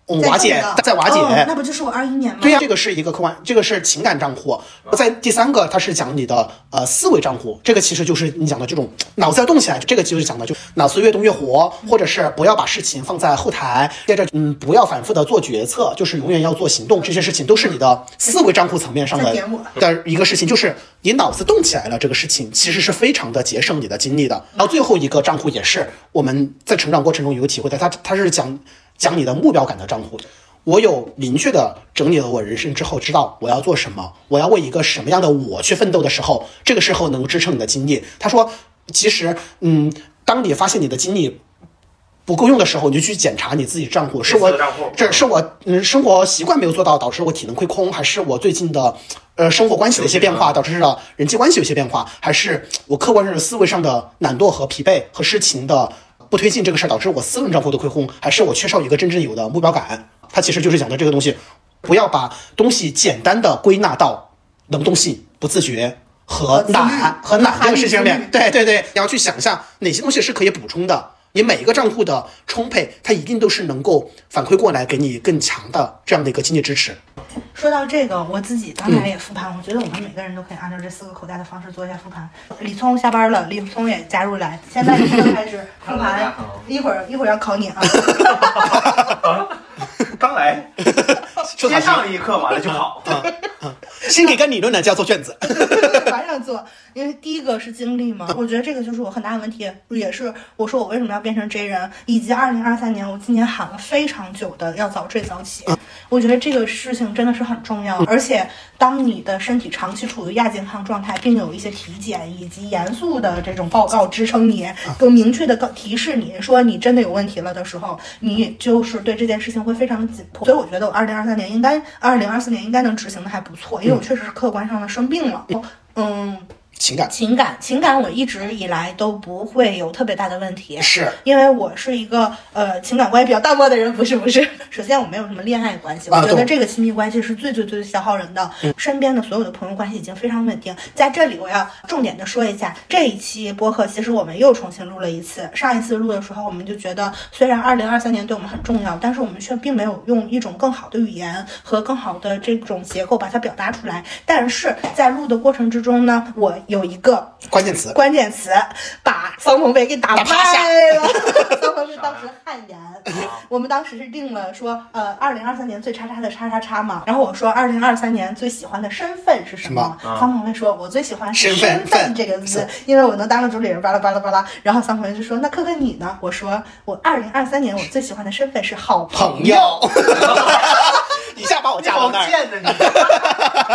嗯在瓦这解个，在瓦解，哦那不就是我二一年吗？对呀、这个是一个客观，这个是情感账户。在第三个，它是讲你的呃思维账户，这个其实就是你讲的这种脑子要动起来，这个就是讲的就脑子越动越活，或者是不要把事情放在后台，接着嗯不要反复的做决策，就是永远要做行动，这些事情都是你的思维账户层面上在的点我的一个事情，就是你脑子动起来了，这个事情其实是非常的节省你的精力的。然后最后一个账户也是我们在成长过程中有体会的，它它是讲讲你的目标感的账户。我有明确的整理了我人生之后，知道我要做什么，我要为一个什么样的我去奋斗的时候，这个时候能够支撑你的精力。他说，其实，嗯，当你发现你的精力不够用的时候，你就去检查你自己账户，是我自己的账户这是我嗯生活习惯没有做到，导致我体能亏空，还是我最近的呃生活关系的一些变化，导致了人际关系有些变化，还是我客观上的思维上的懒惰和疲惫和事情的不推进这个事儿，导致我私人账户的亏空，还是我缺少一个真正有的目标感？它其实就是讲的这个东西，不要把东西简单的归纳到能动性、不自觉和懒和懒这个事情上面。对对对，你要去想一下哪些东西是可以补充的。你每一个账户的充沛，它一定都是能够反馈过来给你更强的这样的一个经济支持。说到这个，我自己刚嗯才也复盘，我觉得我们每个人都可以按照这四个口袋的方式做一下复盘。李聪下班了，李聪也加入来，现在就开始复盘，一会儿一会儿要考 你啊。啊 刚来，说先啥？啊 上了一课，完了就跑。 先给个理论呢，就要做卷子。马上做。因为第一个是经历嘛，我觉得这个就是我很大的问题，也是我说我为什么要变成 J 人，以及二零二三年我今年喊了非常久的要早睡早起，我觉得这个事情真的是很重要，而且当你的身体长期处于亚健康状态，并有一些体检以及严肃的这种报告支撑你，更明确的告提示你说你真的有问题了的时候，你就是对这件事情会非常的紧迫。所以我觉得我二零二三年应该，二零二四年应该能执行的还不错，因为我确实是客观上的生病了。嗯，情感情感情感我一直以来都不会有特别大的问题，是因为我是一个呃情感关系比较淡漠的人，不是不是。首先我没有什么恋爱关系，啊我觉得懂这个亲密关系是最最最消耗人的。身边的所有的朋友关系已经非常稳定。在这里我要重点的说一下，这一期播客其实我们又重新录了一次。上一次录的时候，我们就觉得虽然2023年对我们很重要，但是我们却并没有用一种更好的语言和更好的这种结构把它表达出来。但是在录的过程之中呢，我有一个关键词，关键词，把桑鹏飞给打打趴下败了。 桑鹏飞当时汗颜。啊我们当时是定了说，呃，二零二三年最叉叉的叉叉叉嘛。然后我说，二零二三年最喜欢的身份是什么？什么啊桑鹏飞说，我最喜欢是身份身份份这个字是，因为我能当个主理人，巴拉巴拉巴拉。然后桑鹏飞就说，那科科你呢？我说，我二零二三年我最喜欢的身份是好朋朋友， 一下把我架到那儿。贱呢你！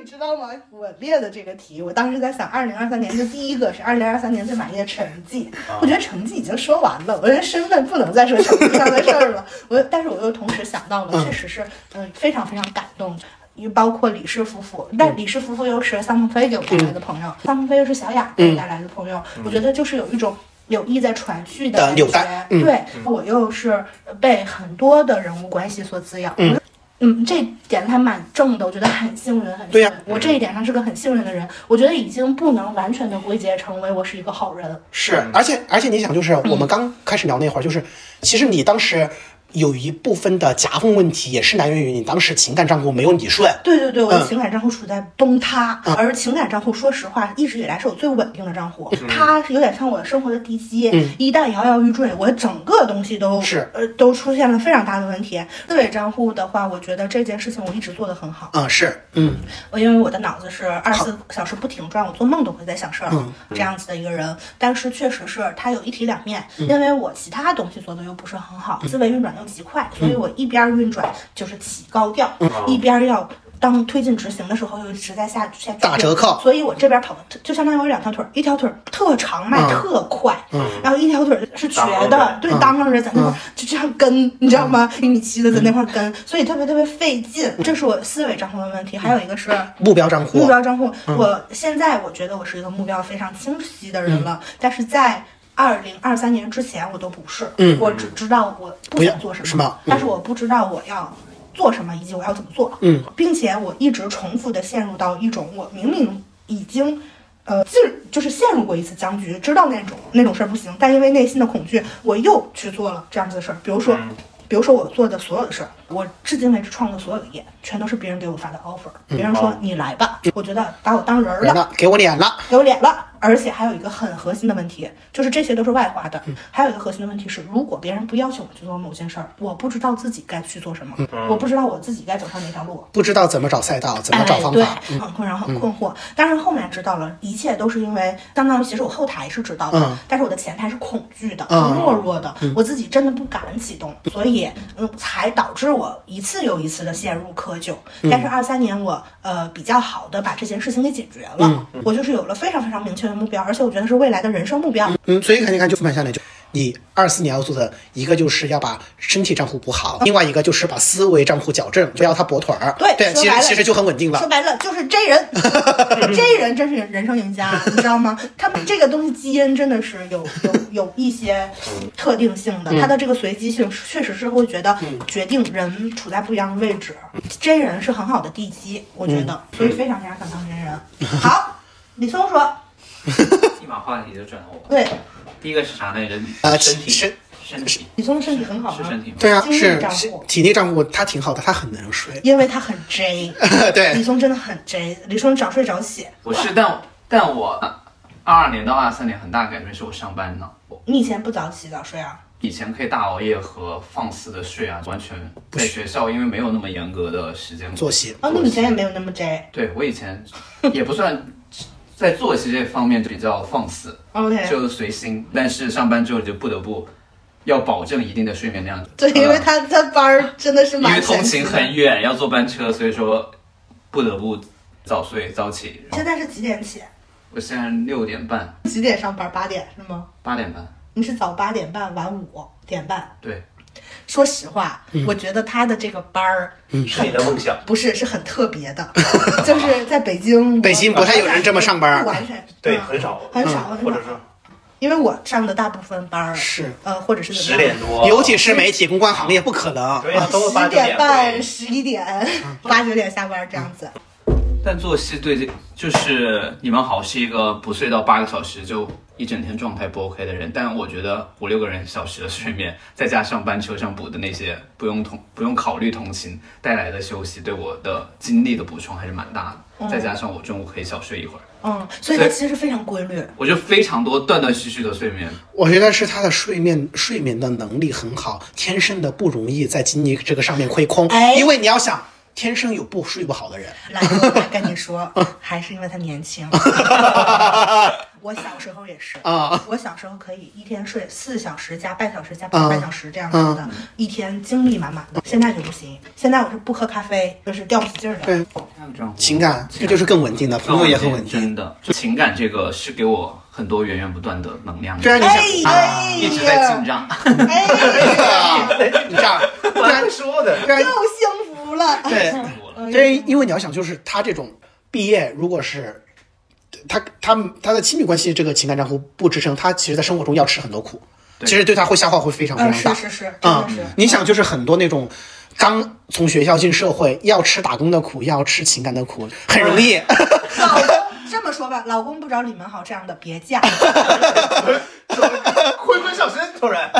你知道吗？我列的这个题，我当时在想，二零二三年就第一个是二零二三年最满意的成绩。啊我觉得成绩已经说完了，我觉得身份不能再说成绩上的事儿了。我，但是我又同时想到了，确实是，嗯、非常非常感动。因为包括李氏夫妇，嗯但李氏夫妇又是桑鹏飞给我带来的朋友，桑鹏飞又是小雅嗯给我带来的朋友，我觉得就是有一种。有意在传续的的感纽觉带，嗯对我又是被很多的人物关系所滋养，嗯嗯，这点还蛮正的，我觉得很幸运，很幸对运。呀我这一点上是个很幸运的人，我觉得已经不能完全的归结成为我是一个好人。是，而且而且你想，就是嗯我们刚开始聊那会儿，就是其实你当时有一部分的夹缝问题，也是来源于你当时情感账户没有理顺。对对对，我的嗯情感账户处在崩塌，而情感账户说实话一直以来是我最稳定的账户，它是有嗯点像我生活的地基，一旦摇摇欲坠，我整个东西都是呃都出现了非常大的问题。四维账户的话，我觉得这件事情我一直做得很好，啊、是，嗯，我因为我的脑子是二十四小时不停转，我做梦都会在想事儿，嗯这样子的一个人。但是确实是它有一体两面，嗯因为我其他东西做的又不是很好，思维运转又极快，嗯所以我一边运转就是起高调，一边要。当推进执行的时候，又一直在下下打折扣所以我这边跑的就相当于有两条腿儿，一条腿儿特长迈嗯特快，然后一条腿儿是瘸当啷的着，对，当啷着在那嗯块儿就这样跟，你知道吗？一米七的在那块儿跟，所以特别特别费劲。这是我思维账户的问题，还有一个是目标账户啊目标账户，嗯我现在我觉得我是一个目标非常清晰的嗯人了，但是在二零二三年之前我都不是，嗯我只知道我不不要想做什么，是吗嗯但是我不知道我要。做什么以及我要怎么做，嗯，并且我一直重复的陷入到一种我明明已经，呃，进就是陷入过一次僵局，知道那种那种事儿不行，但因为内心的恐惧，我又去做了这样子的事儿，比如说，比如说我做的所有的事儿，我至今为止创的所有的业，全都是别人给我发的 offer，别人说哦你来吧，我觉得把我当人儿人了，了，给我脸了，给我脸了。而且还有一个很核心的问题，就是这些都是外化的。还有一个核心的问题是，如果别人不要求我去做某件事儿，我不知道自己该去做什么，我不知道我自己该走上哪条路。不知道怎么找赛道，怎么找方哎对法，，嗯很困扰，很困惑。但是后面知道了，一切都是因为相当于其实我后台是知道的，嗯但是我的前台是恐惧的、嗯懦弱的，我自己真的不敢启动，所以嗯，才导致我一次又一次的陷入窠臼。嗯但是二三年我呃比较好的把这件事情给解决了，嗯我就是有了非常非常明确的目标，而且我觉得是未来的人生目标。嗯，所以看你看就慢下来就。你二四年要做的一个就是要把身体账户补好，另外一个就是把思维账户矫正，不要他跛腿儿。对对，说其白实了其实就很稳定了说。白了就是 J 人 ，J 人真是人生赢家，你知道吗？他们这个东西基因真的是有有有一些特定性的，他的这个随机性确实是会觉得决定人处在不一样的位置。J 人是很好的地基，我觉得，所以非常非常想当 J 人。好，李松说，立马话题就转到我。对，第一个是啥呢？人啊身体身身体李松的身体很好是吗身？体吗？对啊，精力是账户是体力账户，他挺好的，他很能 睡。因为他很 J，李对，松真的很 J，李松早睡早起。不是，但但我二二年到二三年很大改变是我上班呢。我你以前不早起早睡啊？以前可以大熬夜和放肆的睡啊，完全在学校因为没有那么严格的时间作息啊哦，那你以前也没有那么 J。对我以前也不算在作息这方面就比较 放肆， OK，就随心。但是上班之后你就不得不要保证一定的睡眠量， 对，因为呃嗯他他班儿真的 是因为蛮通神奇勤的。很远，要坐班车，所以说不得不早睡早起。现在是几点起？我现在六点半、几点上班？八点是吗？八点半，你是早八点半，晚五点半。对，说实话，嗯我觉得他的这个班儿是你的梦想。不是是很特别的，就是在北京，北京不太有人这么上班儿不完全 对，嗯很少，很少，或者很少是因为我上的大部分班儿是，呃，或者是怎十么样点多，尤其是媒体公关行业不可能。对啊，都八十九点回半、。十一点、嗯八九点下班这样子。但作息对这就是你们好是一个不睡到八个小时就一整天状态不 OK 的人，但我觉得五六个人小时的睡眠，再加上班车上补的那些不用同不用考虑通勤带来的休息，对我的精力的补充还是蛮大的。再加上我中午可以小睡一会儿，嗯，所以它其实非常规律。我就非常多断断续续的睡眠。我觉得是他的睡眠睡眠的能力很好，天生的不容易在精力这个上面亏空，哎因为你要想，天生有不睡不好的人。来，我跟你说，还是因为他年轻。我小时候也是啊，我小时候可以一天睡四小时加半小时加啊半小时这样子的，一天精力满满的。现在就不行，现在我是不喝咖啡，就是掉不起劲儿的。对，情感这就是更稳定的，朋友也很稳定。真的，就情感这个是给我很多源源不断的能量的。对啊，哎你想，哎一直在紧张。 哎呀，哎 你哦这样，对啊，说的， 对啊，又幸福了。对， 对，因为你要想，就是他这种毕业，如果是他他他的亲密关系这个情感账户不支撑，他其实在生活中要吃很多苦，其实对他会消耗会非常非嗯，常大是。是是，真啊、的是。你想，就是很多那种刚从学校进社会，要吃打工的苦，要吃情感的苦，很容易。嗯老公这么说吧，老公不找李文豪这样的别嫁，魂不小身，突然，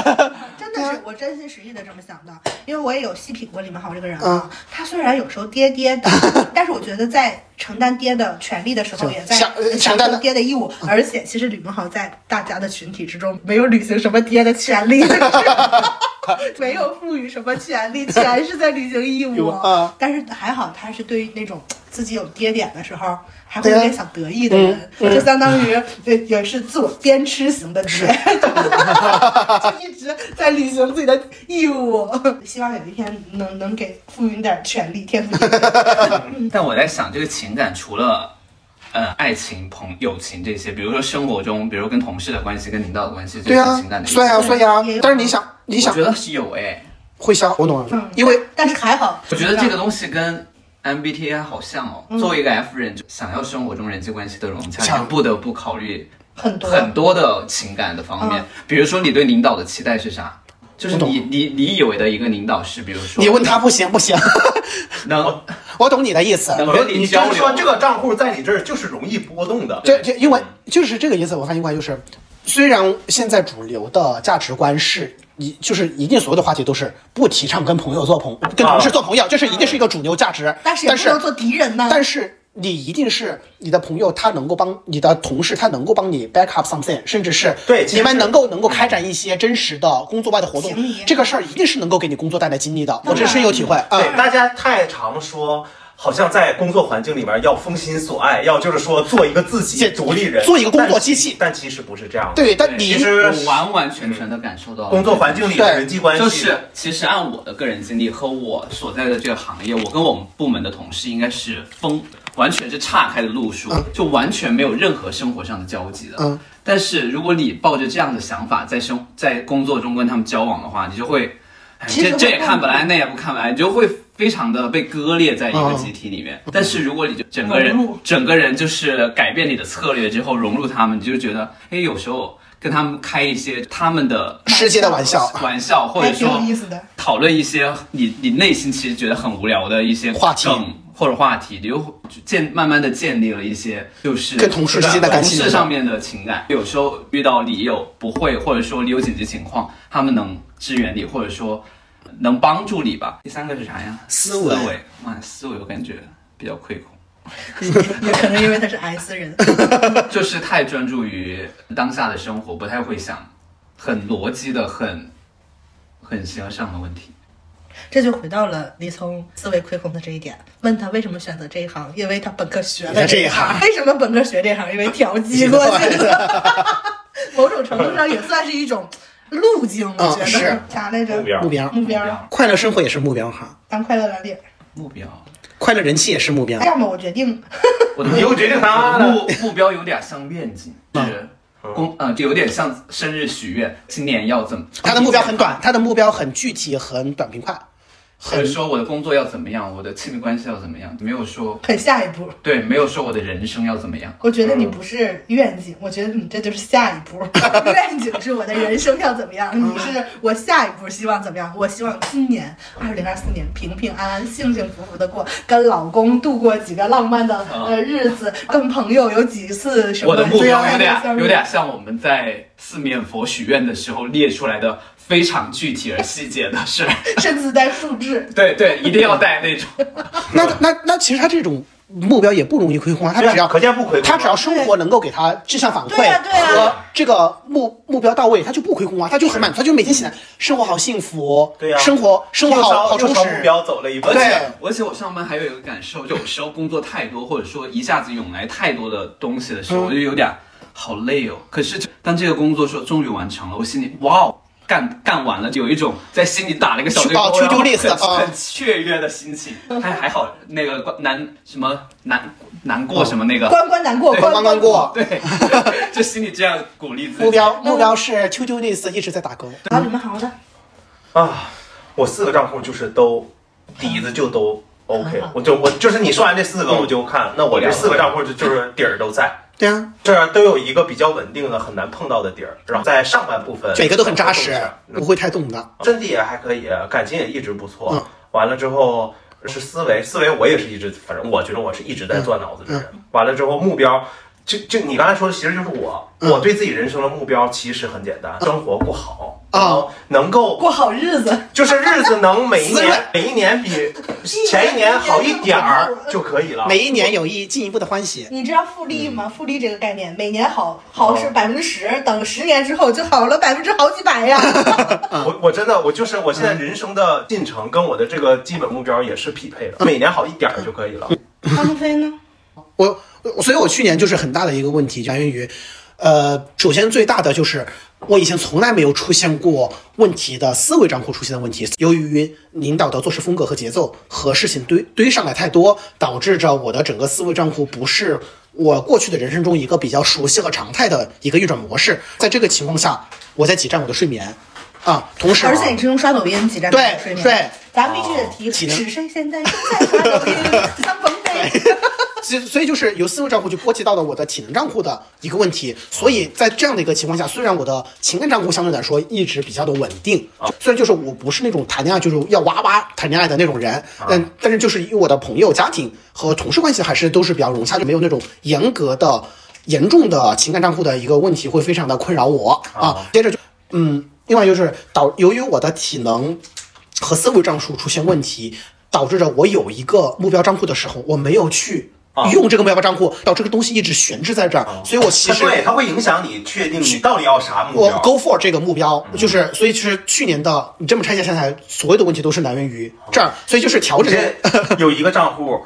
真的啊是我真心实意的这么想的，因为我也有细品过李文豪这个人嗯啊。他虽然有时候爹爹 的，但是我觉得在承担爹的权利的时候，也在想呃承承担嗯的担爹的义务。而且其实李文豪在大家的群体之中没有履行什么爹的权 利。 没有赋予什么权利，全是在履行义务。啊但是还好，他是对于那种自己有爹点的时候，还会对啊嗯有点小得意的人，就相当于呃也是自我鞭笞型的爹， 就一直在履行自己的义务。希望有一天能能给赋予你点权利，天赋异禀。但我在想，这个情感除了呃爱情、朋友情这些，比如说生活中，比如跟同事的关系、跟领导的关系，这对些啊情感，的，算呀所算以呀也有，但是你想，你我想觉得是有哎、会消，我懂了嗯，因为但是还好，我觉得这个东西跟 MBTI 好像哦。嗯作为一个 F 人，想要生活中人际关系的融洽，想你不得不考虑很多很多的情感的方面，比如说你对领导的期待是啥？就是嗯我懂你你你以为的一个领导是，比如说你问他不行不行，能我懂你的意思。能我跟说你交就流，是说这个账户在你这儿就是容易波动的，这这因为就是这个意思，我翻译过来就是，虽然现在主流的价值观是。一就是一定所有的话题都是不提倡跟朋友做朋跟同事做朋友，这是一定啊是一个主流价值。但是也不能做敌人呢。但是你一定是你的朋友，他能够帮你的同事，他能够帮你 back up something，甚至是对其实你们能够能够开展一些真实的工作外的活动情谊，这个事儿一定是能够给你工作带来精力的，我这深有体会啊。对，大家太常说，好像在工作环境里面要封心所爱，要就是说做一个自己这独立人，做一个工作机器但其但其实不是这样的。对，但对你其实我完完全全的感受到了工作环境里的人际关系，就是其实按我的个人经历和我所在的这个行业，我跟我们部门的同事应该是分完全是岔开的路数，就完全没有任何生活上的交集的。嗯但是如果你抱着这样的想法在生在工作中跟他们交往的话，你就会，哎其实这会这也看不来，那也不看不来，你就会非常的被割裂在一个嗯集体里面。但是如果你就整个人融入整个人就是改变你的策略之后融入他们，你就觉得，哎，有时候跟他们开一些他们的世界的玩笑玩笑，或还者挺说有意思 的。讨论一些你你内心其实觉得很无聊的一些话题梗或者话题，你就建慢慢的建立了一些就是跟同事之间的感情同事上面的情感。有时候遇到你有不会或者说你有紧急情况，他们能支援你，或者说能帮助你吧。第三个是啥呀？思维维，妈呀，思维我感觉比较愧苦。也可能因为他是 S 人，就是太专注于当下的生活，不太会想很逻辑的、很很形而上的问题。这就回到了李聪思维亏空的这一点。问他为什么选择这一行，因为他本科学了在这一一行。为什么本科学这行？因为调剂过去的， 某种程度上也算是一种路径。我觉嗯是得啥来着目？标目标，目标，标快乐生活也是目标哈，当快乐蓝领。目标，快乐人气也是目标。要么我决定我的你又决定他了目目标有点像愿景，就是公嗯，就有点像生日许愿，今年要怎么？他的目标很短，他的目标很具体，很短平快，很很说我的工作要怎么样，我的亲密关系要怎么样，没有说很下一步。对，没有说我的人生要怎么样。我觉得你不是愿景，我觉得你这就是下一 步。愿景是我的人生要怎么样，你是我下一步希望怎么样？我希望今年二零二四年平平安安、幸幸福福的过，跟老公度过几个浪漫的呃日子，跟朋友有几次什么嗯我的目标有相点爱的有点像我们在四面佛许愿的时候列出来的非常具体而细节的事。甚至在数字。对对，一定要带那种。那那那其实他这种目标也不容易亏空啊，他对啊只要可见不亏空啊他只要生活能够给他正向反馈对啊对啊和这个目目标到位，他就不亏空啊，他就很满足，他就每天醒来生活好幸福，对呀生活生活又朝好好充又朝目实，标走了一步，而对且而且我上班还有一个感受，就有时候工作太多，或者说一下子涌来太多的东西的时候，我就有点好累哦。可是就当这个工作说终于完成了，我心里哇哦。干干完了，有一种在心里打了一个小对勾，哦，to-do 然后 list，很哦很雀跃的心情。还还好，那个难什么难难过什么那个，关关难过，关关关过。对， 就心里这样鼓励自己。目标目标是 to do list 一直在打勾，好，你们好好的，啊，我四个账户就是都底子就都 OK，我就我就是你说完这四嗯个我就看，那我这四个账户就就是底儿都在，对啊，这儿都有一个比较稳定的很难碰到的底儿，然后在上半部分每个都很扎实，啊嗯不会太动荡。身体也还可以，啊感情也一直不错。嗯完了之后是思维，思维我也是一直，反正我觉得我是一直嗯在钻脑子的人。完了之后目标，就就你刚才说的，其实就是我，嗯我对自己人生的目标其实很简单，生活过好啊，然后能够过好日子。就是日子能每一滋润年每一年比前一年好一点儿就可以了。每一年有一进一步的欢喜，你知道复利嗯吗？复利这个概念，每年好好是哦百分之十，等十年之后就好了百分之好几百 呀。我我真的我就是我现在人生的进程跟我的这个基本目标也是匹配嗯的，每年好一点儿就可以了。张飞呢？我我所以，我去年就是很大的一个问题，就来源于，呃，首先最大的就是我以前从来没有出现过问题的思维账户出现的问题，由于领导的做事风格和节奏和事情堆堆上来太多，导致着我的整个思维账户不是我过去的人生中一个比较熟悉和常态的一个运转模式。在这个情况下，我在挤占我的睡眠，啊，同时而且你是用刷抖音挤占对睡眠，对，哦咱必须得提，体能只剩现在正在刷抖音，三鹏飞。所以所以就是由私有账户就波及到了我的体能账户的一个问题，所以在这样的一个情况下，虽然我的情感账户相对来说一直比较的稳定，虽然就是我不是那种谈恋爱就是要哇哇谈恋爱的那种人，但但是就是以我的朋友、家庭和同事关系还是都是比较融洽，就没有那种严格的、严重的情感账户的一个问题会非常的困扰我啊。接着就嗯，另外就是导由于我的体能和思维账户出现问题，导致着我有一个目标账户的时候，我没有去用这个目标账户，导致这个东西一直悬置在这儿，啊所以我其实对，它会影响你确定你到底要啥目我标。 go for 这个目标，就是所以其实去年的你这么拆解下来，所有的问题都是来源于这儿，所以就是调整。这有一个账户，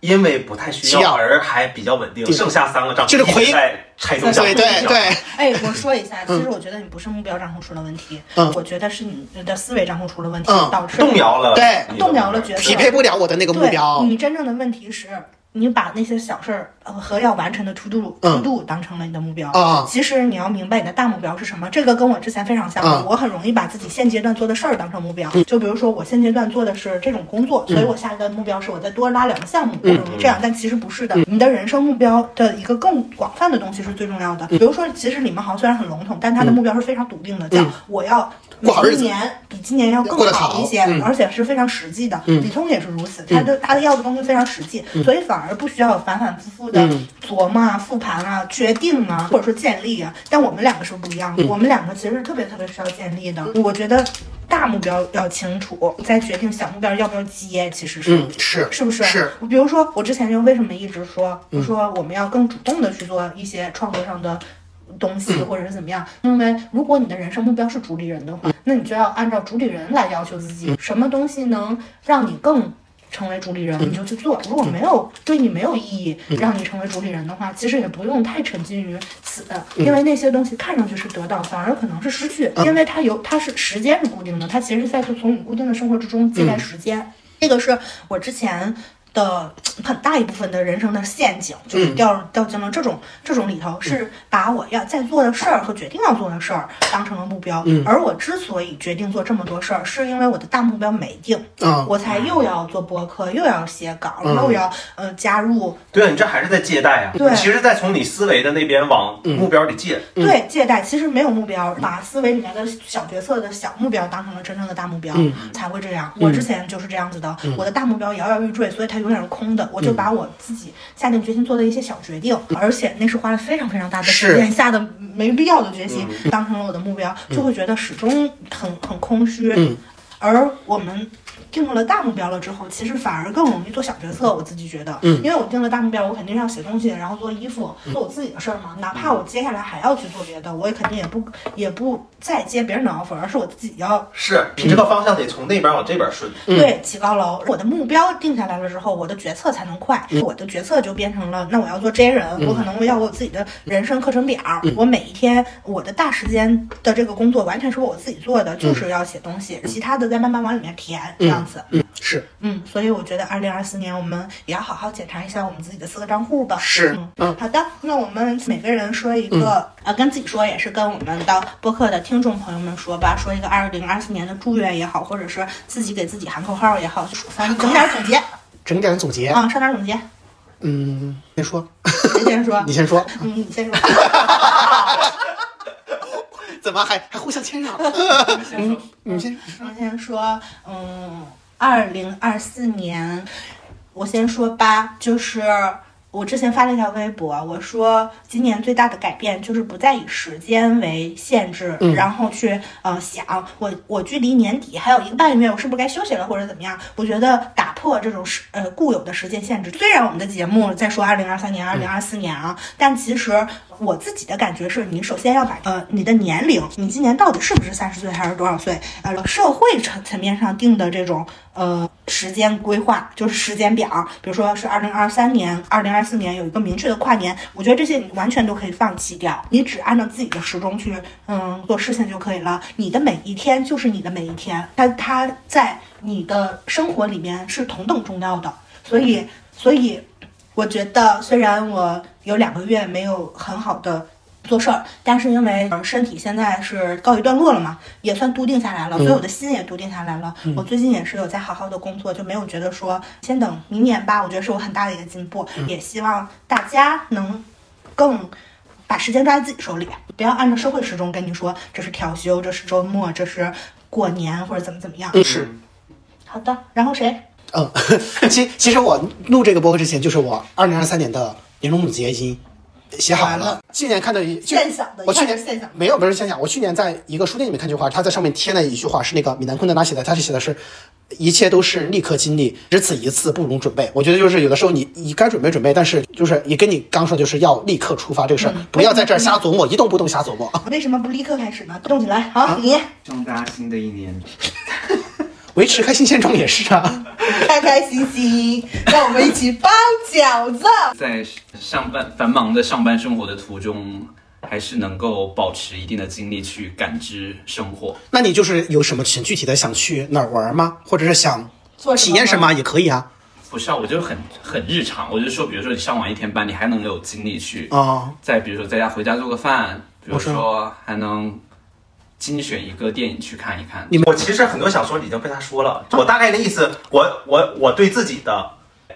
因为不太需需要要而还比较稳定，对剩下三个账户就是亏一直在拆东墙对对对， 哎，我说一下，其实我觉得你不是目标账户出了问题，嗯我觉得是你的思维账户出了问题，嗯导致动摇了对你的目动标，摇了决策，匹配不了我的那个目对，标，你真正的问题是。你把那些小事儿呃和要完成的 to do to 嗯 do 当成了你的目标啊其实你要明白你的大目标是什么。这个跟我之前非常像，啊嗯我很容易把自己现阶段做的事儿当成目标。就比如说我现阶段做的是这种工作，所以我下一个目标是我再多拉两个项目，我嗯容易这样。但其实不是的，你的人生目标的一个更广泛的东西是最重要的。嗯比如说，其实李梦豪虽然很笼统，但他的目标是非常笃定的，叫我要每过好日一子年比今年要更过得好好一些，嗯而且是非常实际的。李通也是如此，他的他的要的东西非常实际，所以反而不需要反反复复的嗯琢磨啊、复盘啊、决定啊，或者说建立啊。但我们两个是不一样嗯的，我们两个其实是特别特别需要建立的。我觉得大目标要清楚，再决定小目标要不要接，其实是嗯，是是不是？是，我比如说，我之前就为什么一直说，我说我们要更主动的去做一些创作上的东西，或者是怎么样？因为如果你的人生目标是主理人的话，那你就要按照主理人来要求自己，什么东西能让你更成为主理人，你就去做。如果没有对你没有意义，让你成为主理人的话，其实也不用太沉浸于此，因为那些东西看上去是得到，反而可能是失去，因为它有它是时间是固定的，它其实是在从你固定的生活之中借贷时间。这个是我之前的很大一部分的人生的陷阱，就是掉、掉进了这种这种里头，是把我要在做的事儿和决定要做的事儿当成了目标。而我之所以决定做这么多事儿，是因为我的大目标没定，啊我才又要做播客，又要写稿，又要呃加入对啊，你这还是在借贷啊。对你其实在从你思维的那边往嗯目标里借。对，借贷其实没有目标，把思维里面的小角色的小目标当成了真正的大目标，才会这样。我之前就是这样子的，我的大目标摇摇欲坠，所以它永远是空的。我就把我自己下定决心做的一些小决定，而且那是花了非常非常大的时间下的没必要的决心，当成了我的目标，就会觉得始终很很空虚。而我们定了大目标了之后，其实反而更容易做小角色。我自己觉得，因为我定了大目标，我肯定是要写东西，然后做衣服，做我自己的事儿嘛。哪怕我接下来还要去做别的，我也肯定也不也不再接别人的 offer，而是我自己要是你这个方向得从那边往这边顺。对，起高楼。我的目标定下来了之后，我的决策才能快。我的决策就变成了，那我要做 J 人，我可能要我自己的人生课程表。我每一天我的大时间的这个工作完全是我自己做的，就是要写东西，其他的再慢慢往里面填，这样子。嗯，是嗯，所以我觉得二零二四年我们也要好好检查一下我们自己的四个账户吧。是嗯，好的，那我们每个人说一个，呃，跟自己说，也是跟我们的播客的听众朋友们说吧，说一个二零二四年的祝愿也好，或者是自己给自己喊口号也好，就是反正整点总结整点总结。啊，上点 总结，嗯，先说，谁先说？你先说，嗯，你先说。怎么还还互相谦让？你们先说。你先我先说，嗯，二零二四年，我先说吧，就是我之前发了一条微博，我说今年最大的改变就是不再以时间为限制，然后去呃想我我距离年底还有一个半月，我是不是该休息了或者怎么样？我觉得打破这种时呃固有的时间限制，虽然我们的节目在说二零二三年、二零二四年啊，但其实我自己的感觉是，你首先要把呃你的年龄，你今年到底是不是三十岁还是多少岁，呃社会层层面上定的这种呃时间规划，就是时间表，比如说是二零二三年、二零二四年有一个明确的跨年，我觉得这些你完全都可以放弃掉，你只按照自己的时钟去嗯做事情就可以了。你的每一天就是你的每一天，它它在你的生活里面是同等重要的，所以所以我觉得虽然我有两个月没有很好的做事儿，但是因为呃身体现在是告一段落了嘛，也算笃定下来了，所以我的心也笃定下来了。我最近也是有在好好的工作，就没有觉得说先等明年吧，我觉得是我很大的一个进步，也希望大家能更。把时间抓在自己手里，不要按照社会时钟跟你说这是调休，这是周末，这是过年或者怎么怎么样。是。好的，然后谁？嗯，其其实我录这个播客之前，就是我二零二三年的年终总结已经写好完了了。去年看到一就现想的我去一看就是现想的年没有不是现想，我去年在一个书店里面看句话，他在上面贴了一句话，是那个米兰昆德拉写的，他是写的是。一切都是立刻经历，只此一次，不容准备。我觉得就是有的时候你你该准备准备，但是就是也跟你刚说的，就是要立刻出发这个事嗯儿，不要在这儿瞎琢磨，一动不动瞎琢磨。 为什么不立刻开始呢？动起来！啊好，你希望大家新的一年维持开心现状也是啊。 开开心心，让我们一起包饺子。在上班繁忙的上班生活的途中，还是能够保持一定的精力去感知生活。那你就是有什么很具体的想去哪儿玩吗？或者是想做什么体验什么也可以啊。不是啊，我就很很日常。我就说，比如说你上完一天班，你还能有精力去哦，再比如说在家回家做个饭，比如我知道说还能精选一个电影去看一看。你们我其实很多想说的已经被他说了，我大概的意思，我我我对自己的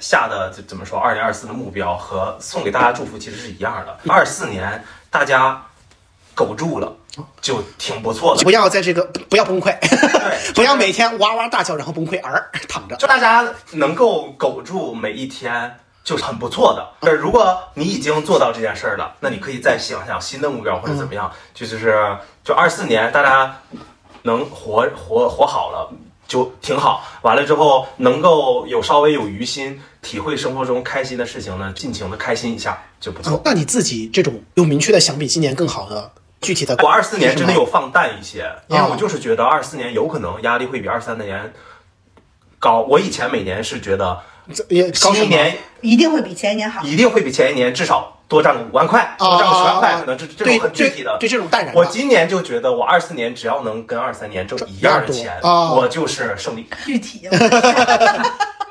下的怎怎么说，二零二四的目标和送给大家祝福其实是一样的。二四年大家苟住了，就挺不错的。不要在这个不不要崩溃， 对不要每天哇哇大叫，然后崩溃而躺着。就大家能够苟住每一天，就是很不错的。但如果你已经做到这件事儿了，那你可以再想想新的目标或者怎么样。就就是就二四年，大家能活活活好了。就挺好，完了之后能够有稍微有余心，体会生活中开心的事情呢，尽情的开心一下就不错。那你自己这种有明确的想比今年更好的具体的我二四年真的有是放淡一些，因嗯为我就是觉得二四年有可能压力会比二三年高。我以前每年是觉得吗这也高新什一么年一定会比前一年好。嗯一定会比前一年至少多赚个五万块，多赚个十万块，可能这哦这对种很具体的。对对这种淡然吧。我今年就觉得，我二四年只要能跟二三年挣一样的钱一样，多啊我就是胜利，具体，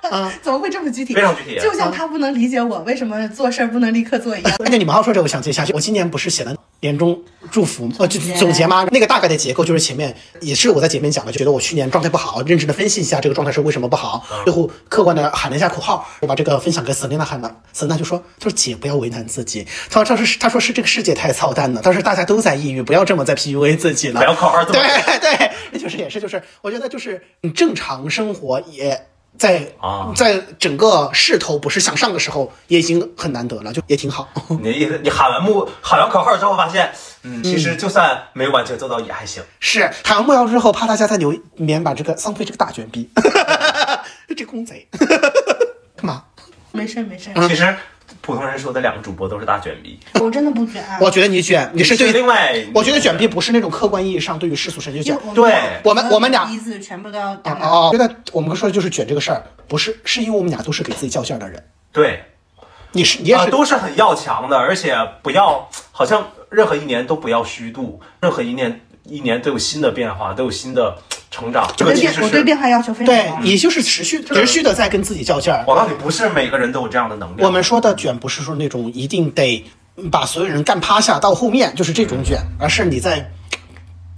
啊怎么会这么具体非？常具体。啊就像他不能理解我为什么做事儿不能立刻 做一样。而且你们还要说这，我想接下去。我今年不是写了年终祝福呃就总结吗？那个大概的结构就是前面也是我在前面讲的，觉得我去年状态不好，认真的分析一下这个状态是为什么不好，最后客观的喊了一下口号，我把这个分享给 Selina 喊了。Selina 就说：“她说姐不要为难自己，她说她说她说是这个世界太操蛋了，她说大家都在抑郁，不要这么在 PUA 自己了，不要口号这么对 对，那就是也是就是，我觉得就是你正常生活也。”在啊在整个势头不是向上的时候，也已经很难得了，就也挺好。 你的意思，你喊完目喊完口号之后，发现，嗯，其实就算没有完全做到也还行。是喊完目标之后，怕大家在牛年把这个桑菲这个大卷逼， 这公贼干嘛？没事儿没事儿，嗯其实普通人说的两个主播都是大卷逼，我真的不卷啊。我觉得你卷，你是对另外，我觉得卷逼不是那种客观意义上对于世俗神学因卷为。我对我们我们俩鼻子全部都要啊打满。啊！觉得我们说的就是卷这个事儿，不是是因为我们俩都是给自己较劲儿的人。对，你是你也啊、是都是很要强的，而且不要好像任何一年都不要虚度，任何一年一年都有新的变化，都有新的成长。这我个对其变实我对是，变化要求非常对高，。你就是持续持续的在跟自己较劲儿。我告诉你，不是每个人都有这样的能量。我们说的卷不是说那种一定得把所有人干趴下到后面就是这种卷，而是你在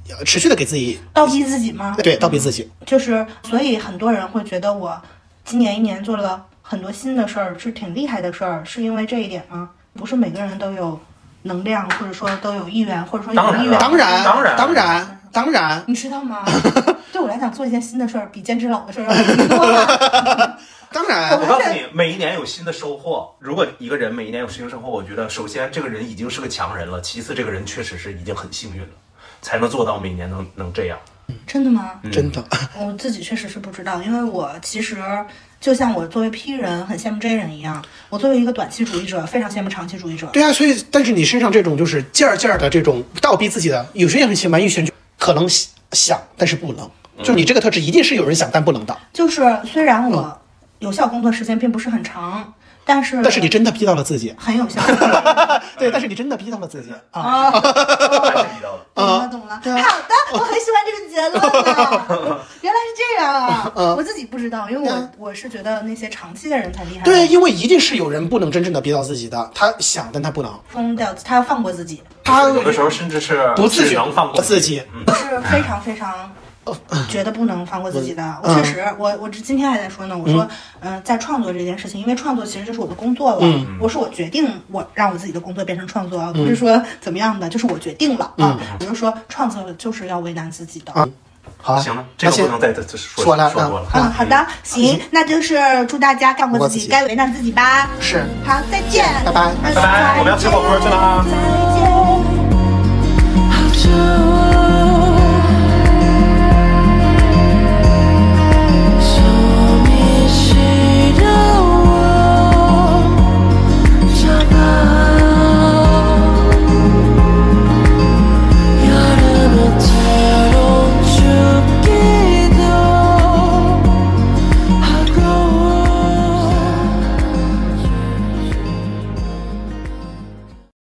呃持续的给自己倒逼自己吗？对倒逼自己。就是，所以很多人会觉得我今年一年做了很多新的事儿，是挺厉害的事儿，是因为这一点吗？不是每个人都有能量，或者说都有意愿，或者说当有然意了愿。当然，当然当然，当然。你知道 吗？对我来讲，做一件新的事儿比坚持老的事儿要容易多了。 当然我告诉你，每一年有新的收获。如果一个人每一年有新的收获，我觉得首先这个人已经是个强人了，其次这个人确实是已经很幸运了，才能做到每年能能这样。真的吗？嗯真的，我自己确实是不知道，因为我其实就像我作为 P 人很羡慕 J 人一样，我作为一个短期主义者非常羡慕长期主义者。对啊，所以，但是你身上这种就是劲儿劲儿的这种倒逼自己的，有些人很喜欢一选举，可能想想，但是不能，嗯就你这个特质一定是有人想但不能的，就是虽然我有效工作时间并不是很长，但是嗯但是你真的逼到了自己，啊很有效。对，但是你真的逼到了自己啊，啊，但是遇到了。懂了懂了，好的，我很喜欢这个结论 啊，原来是这样啊，我自己不知道，因为我我是觉得那些长期的人才厉害，啊对，，因为一定是有人不能真正的逼到自己的，他想但他不能，疯掉，他要放过自己，他有的时候甚至是不自只觉能放过自己，嗯，是非常非常。觉得不能放过自己的，嗯我确实，我我这今天还在说呢，我说，嗯、在创作这件事情，因为创作其实就是我的工作了，嗯我是我决定我让我自己的工作变成创作，不是说怎么样的，就是我决定了啊，我就说创作就是要为难自己的，嗯啊好啊，行了，这那个不先能再再再说说了说嗯过了。嗯，好的，行，那就是祝大家干过自己，该为难自己吧。是，好，再见，嗯拜拜。拜拜，我们要吃火锅去了啊。 Hope to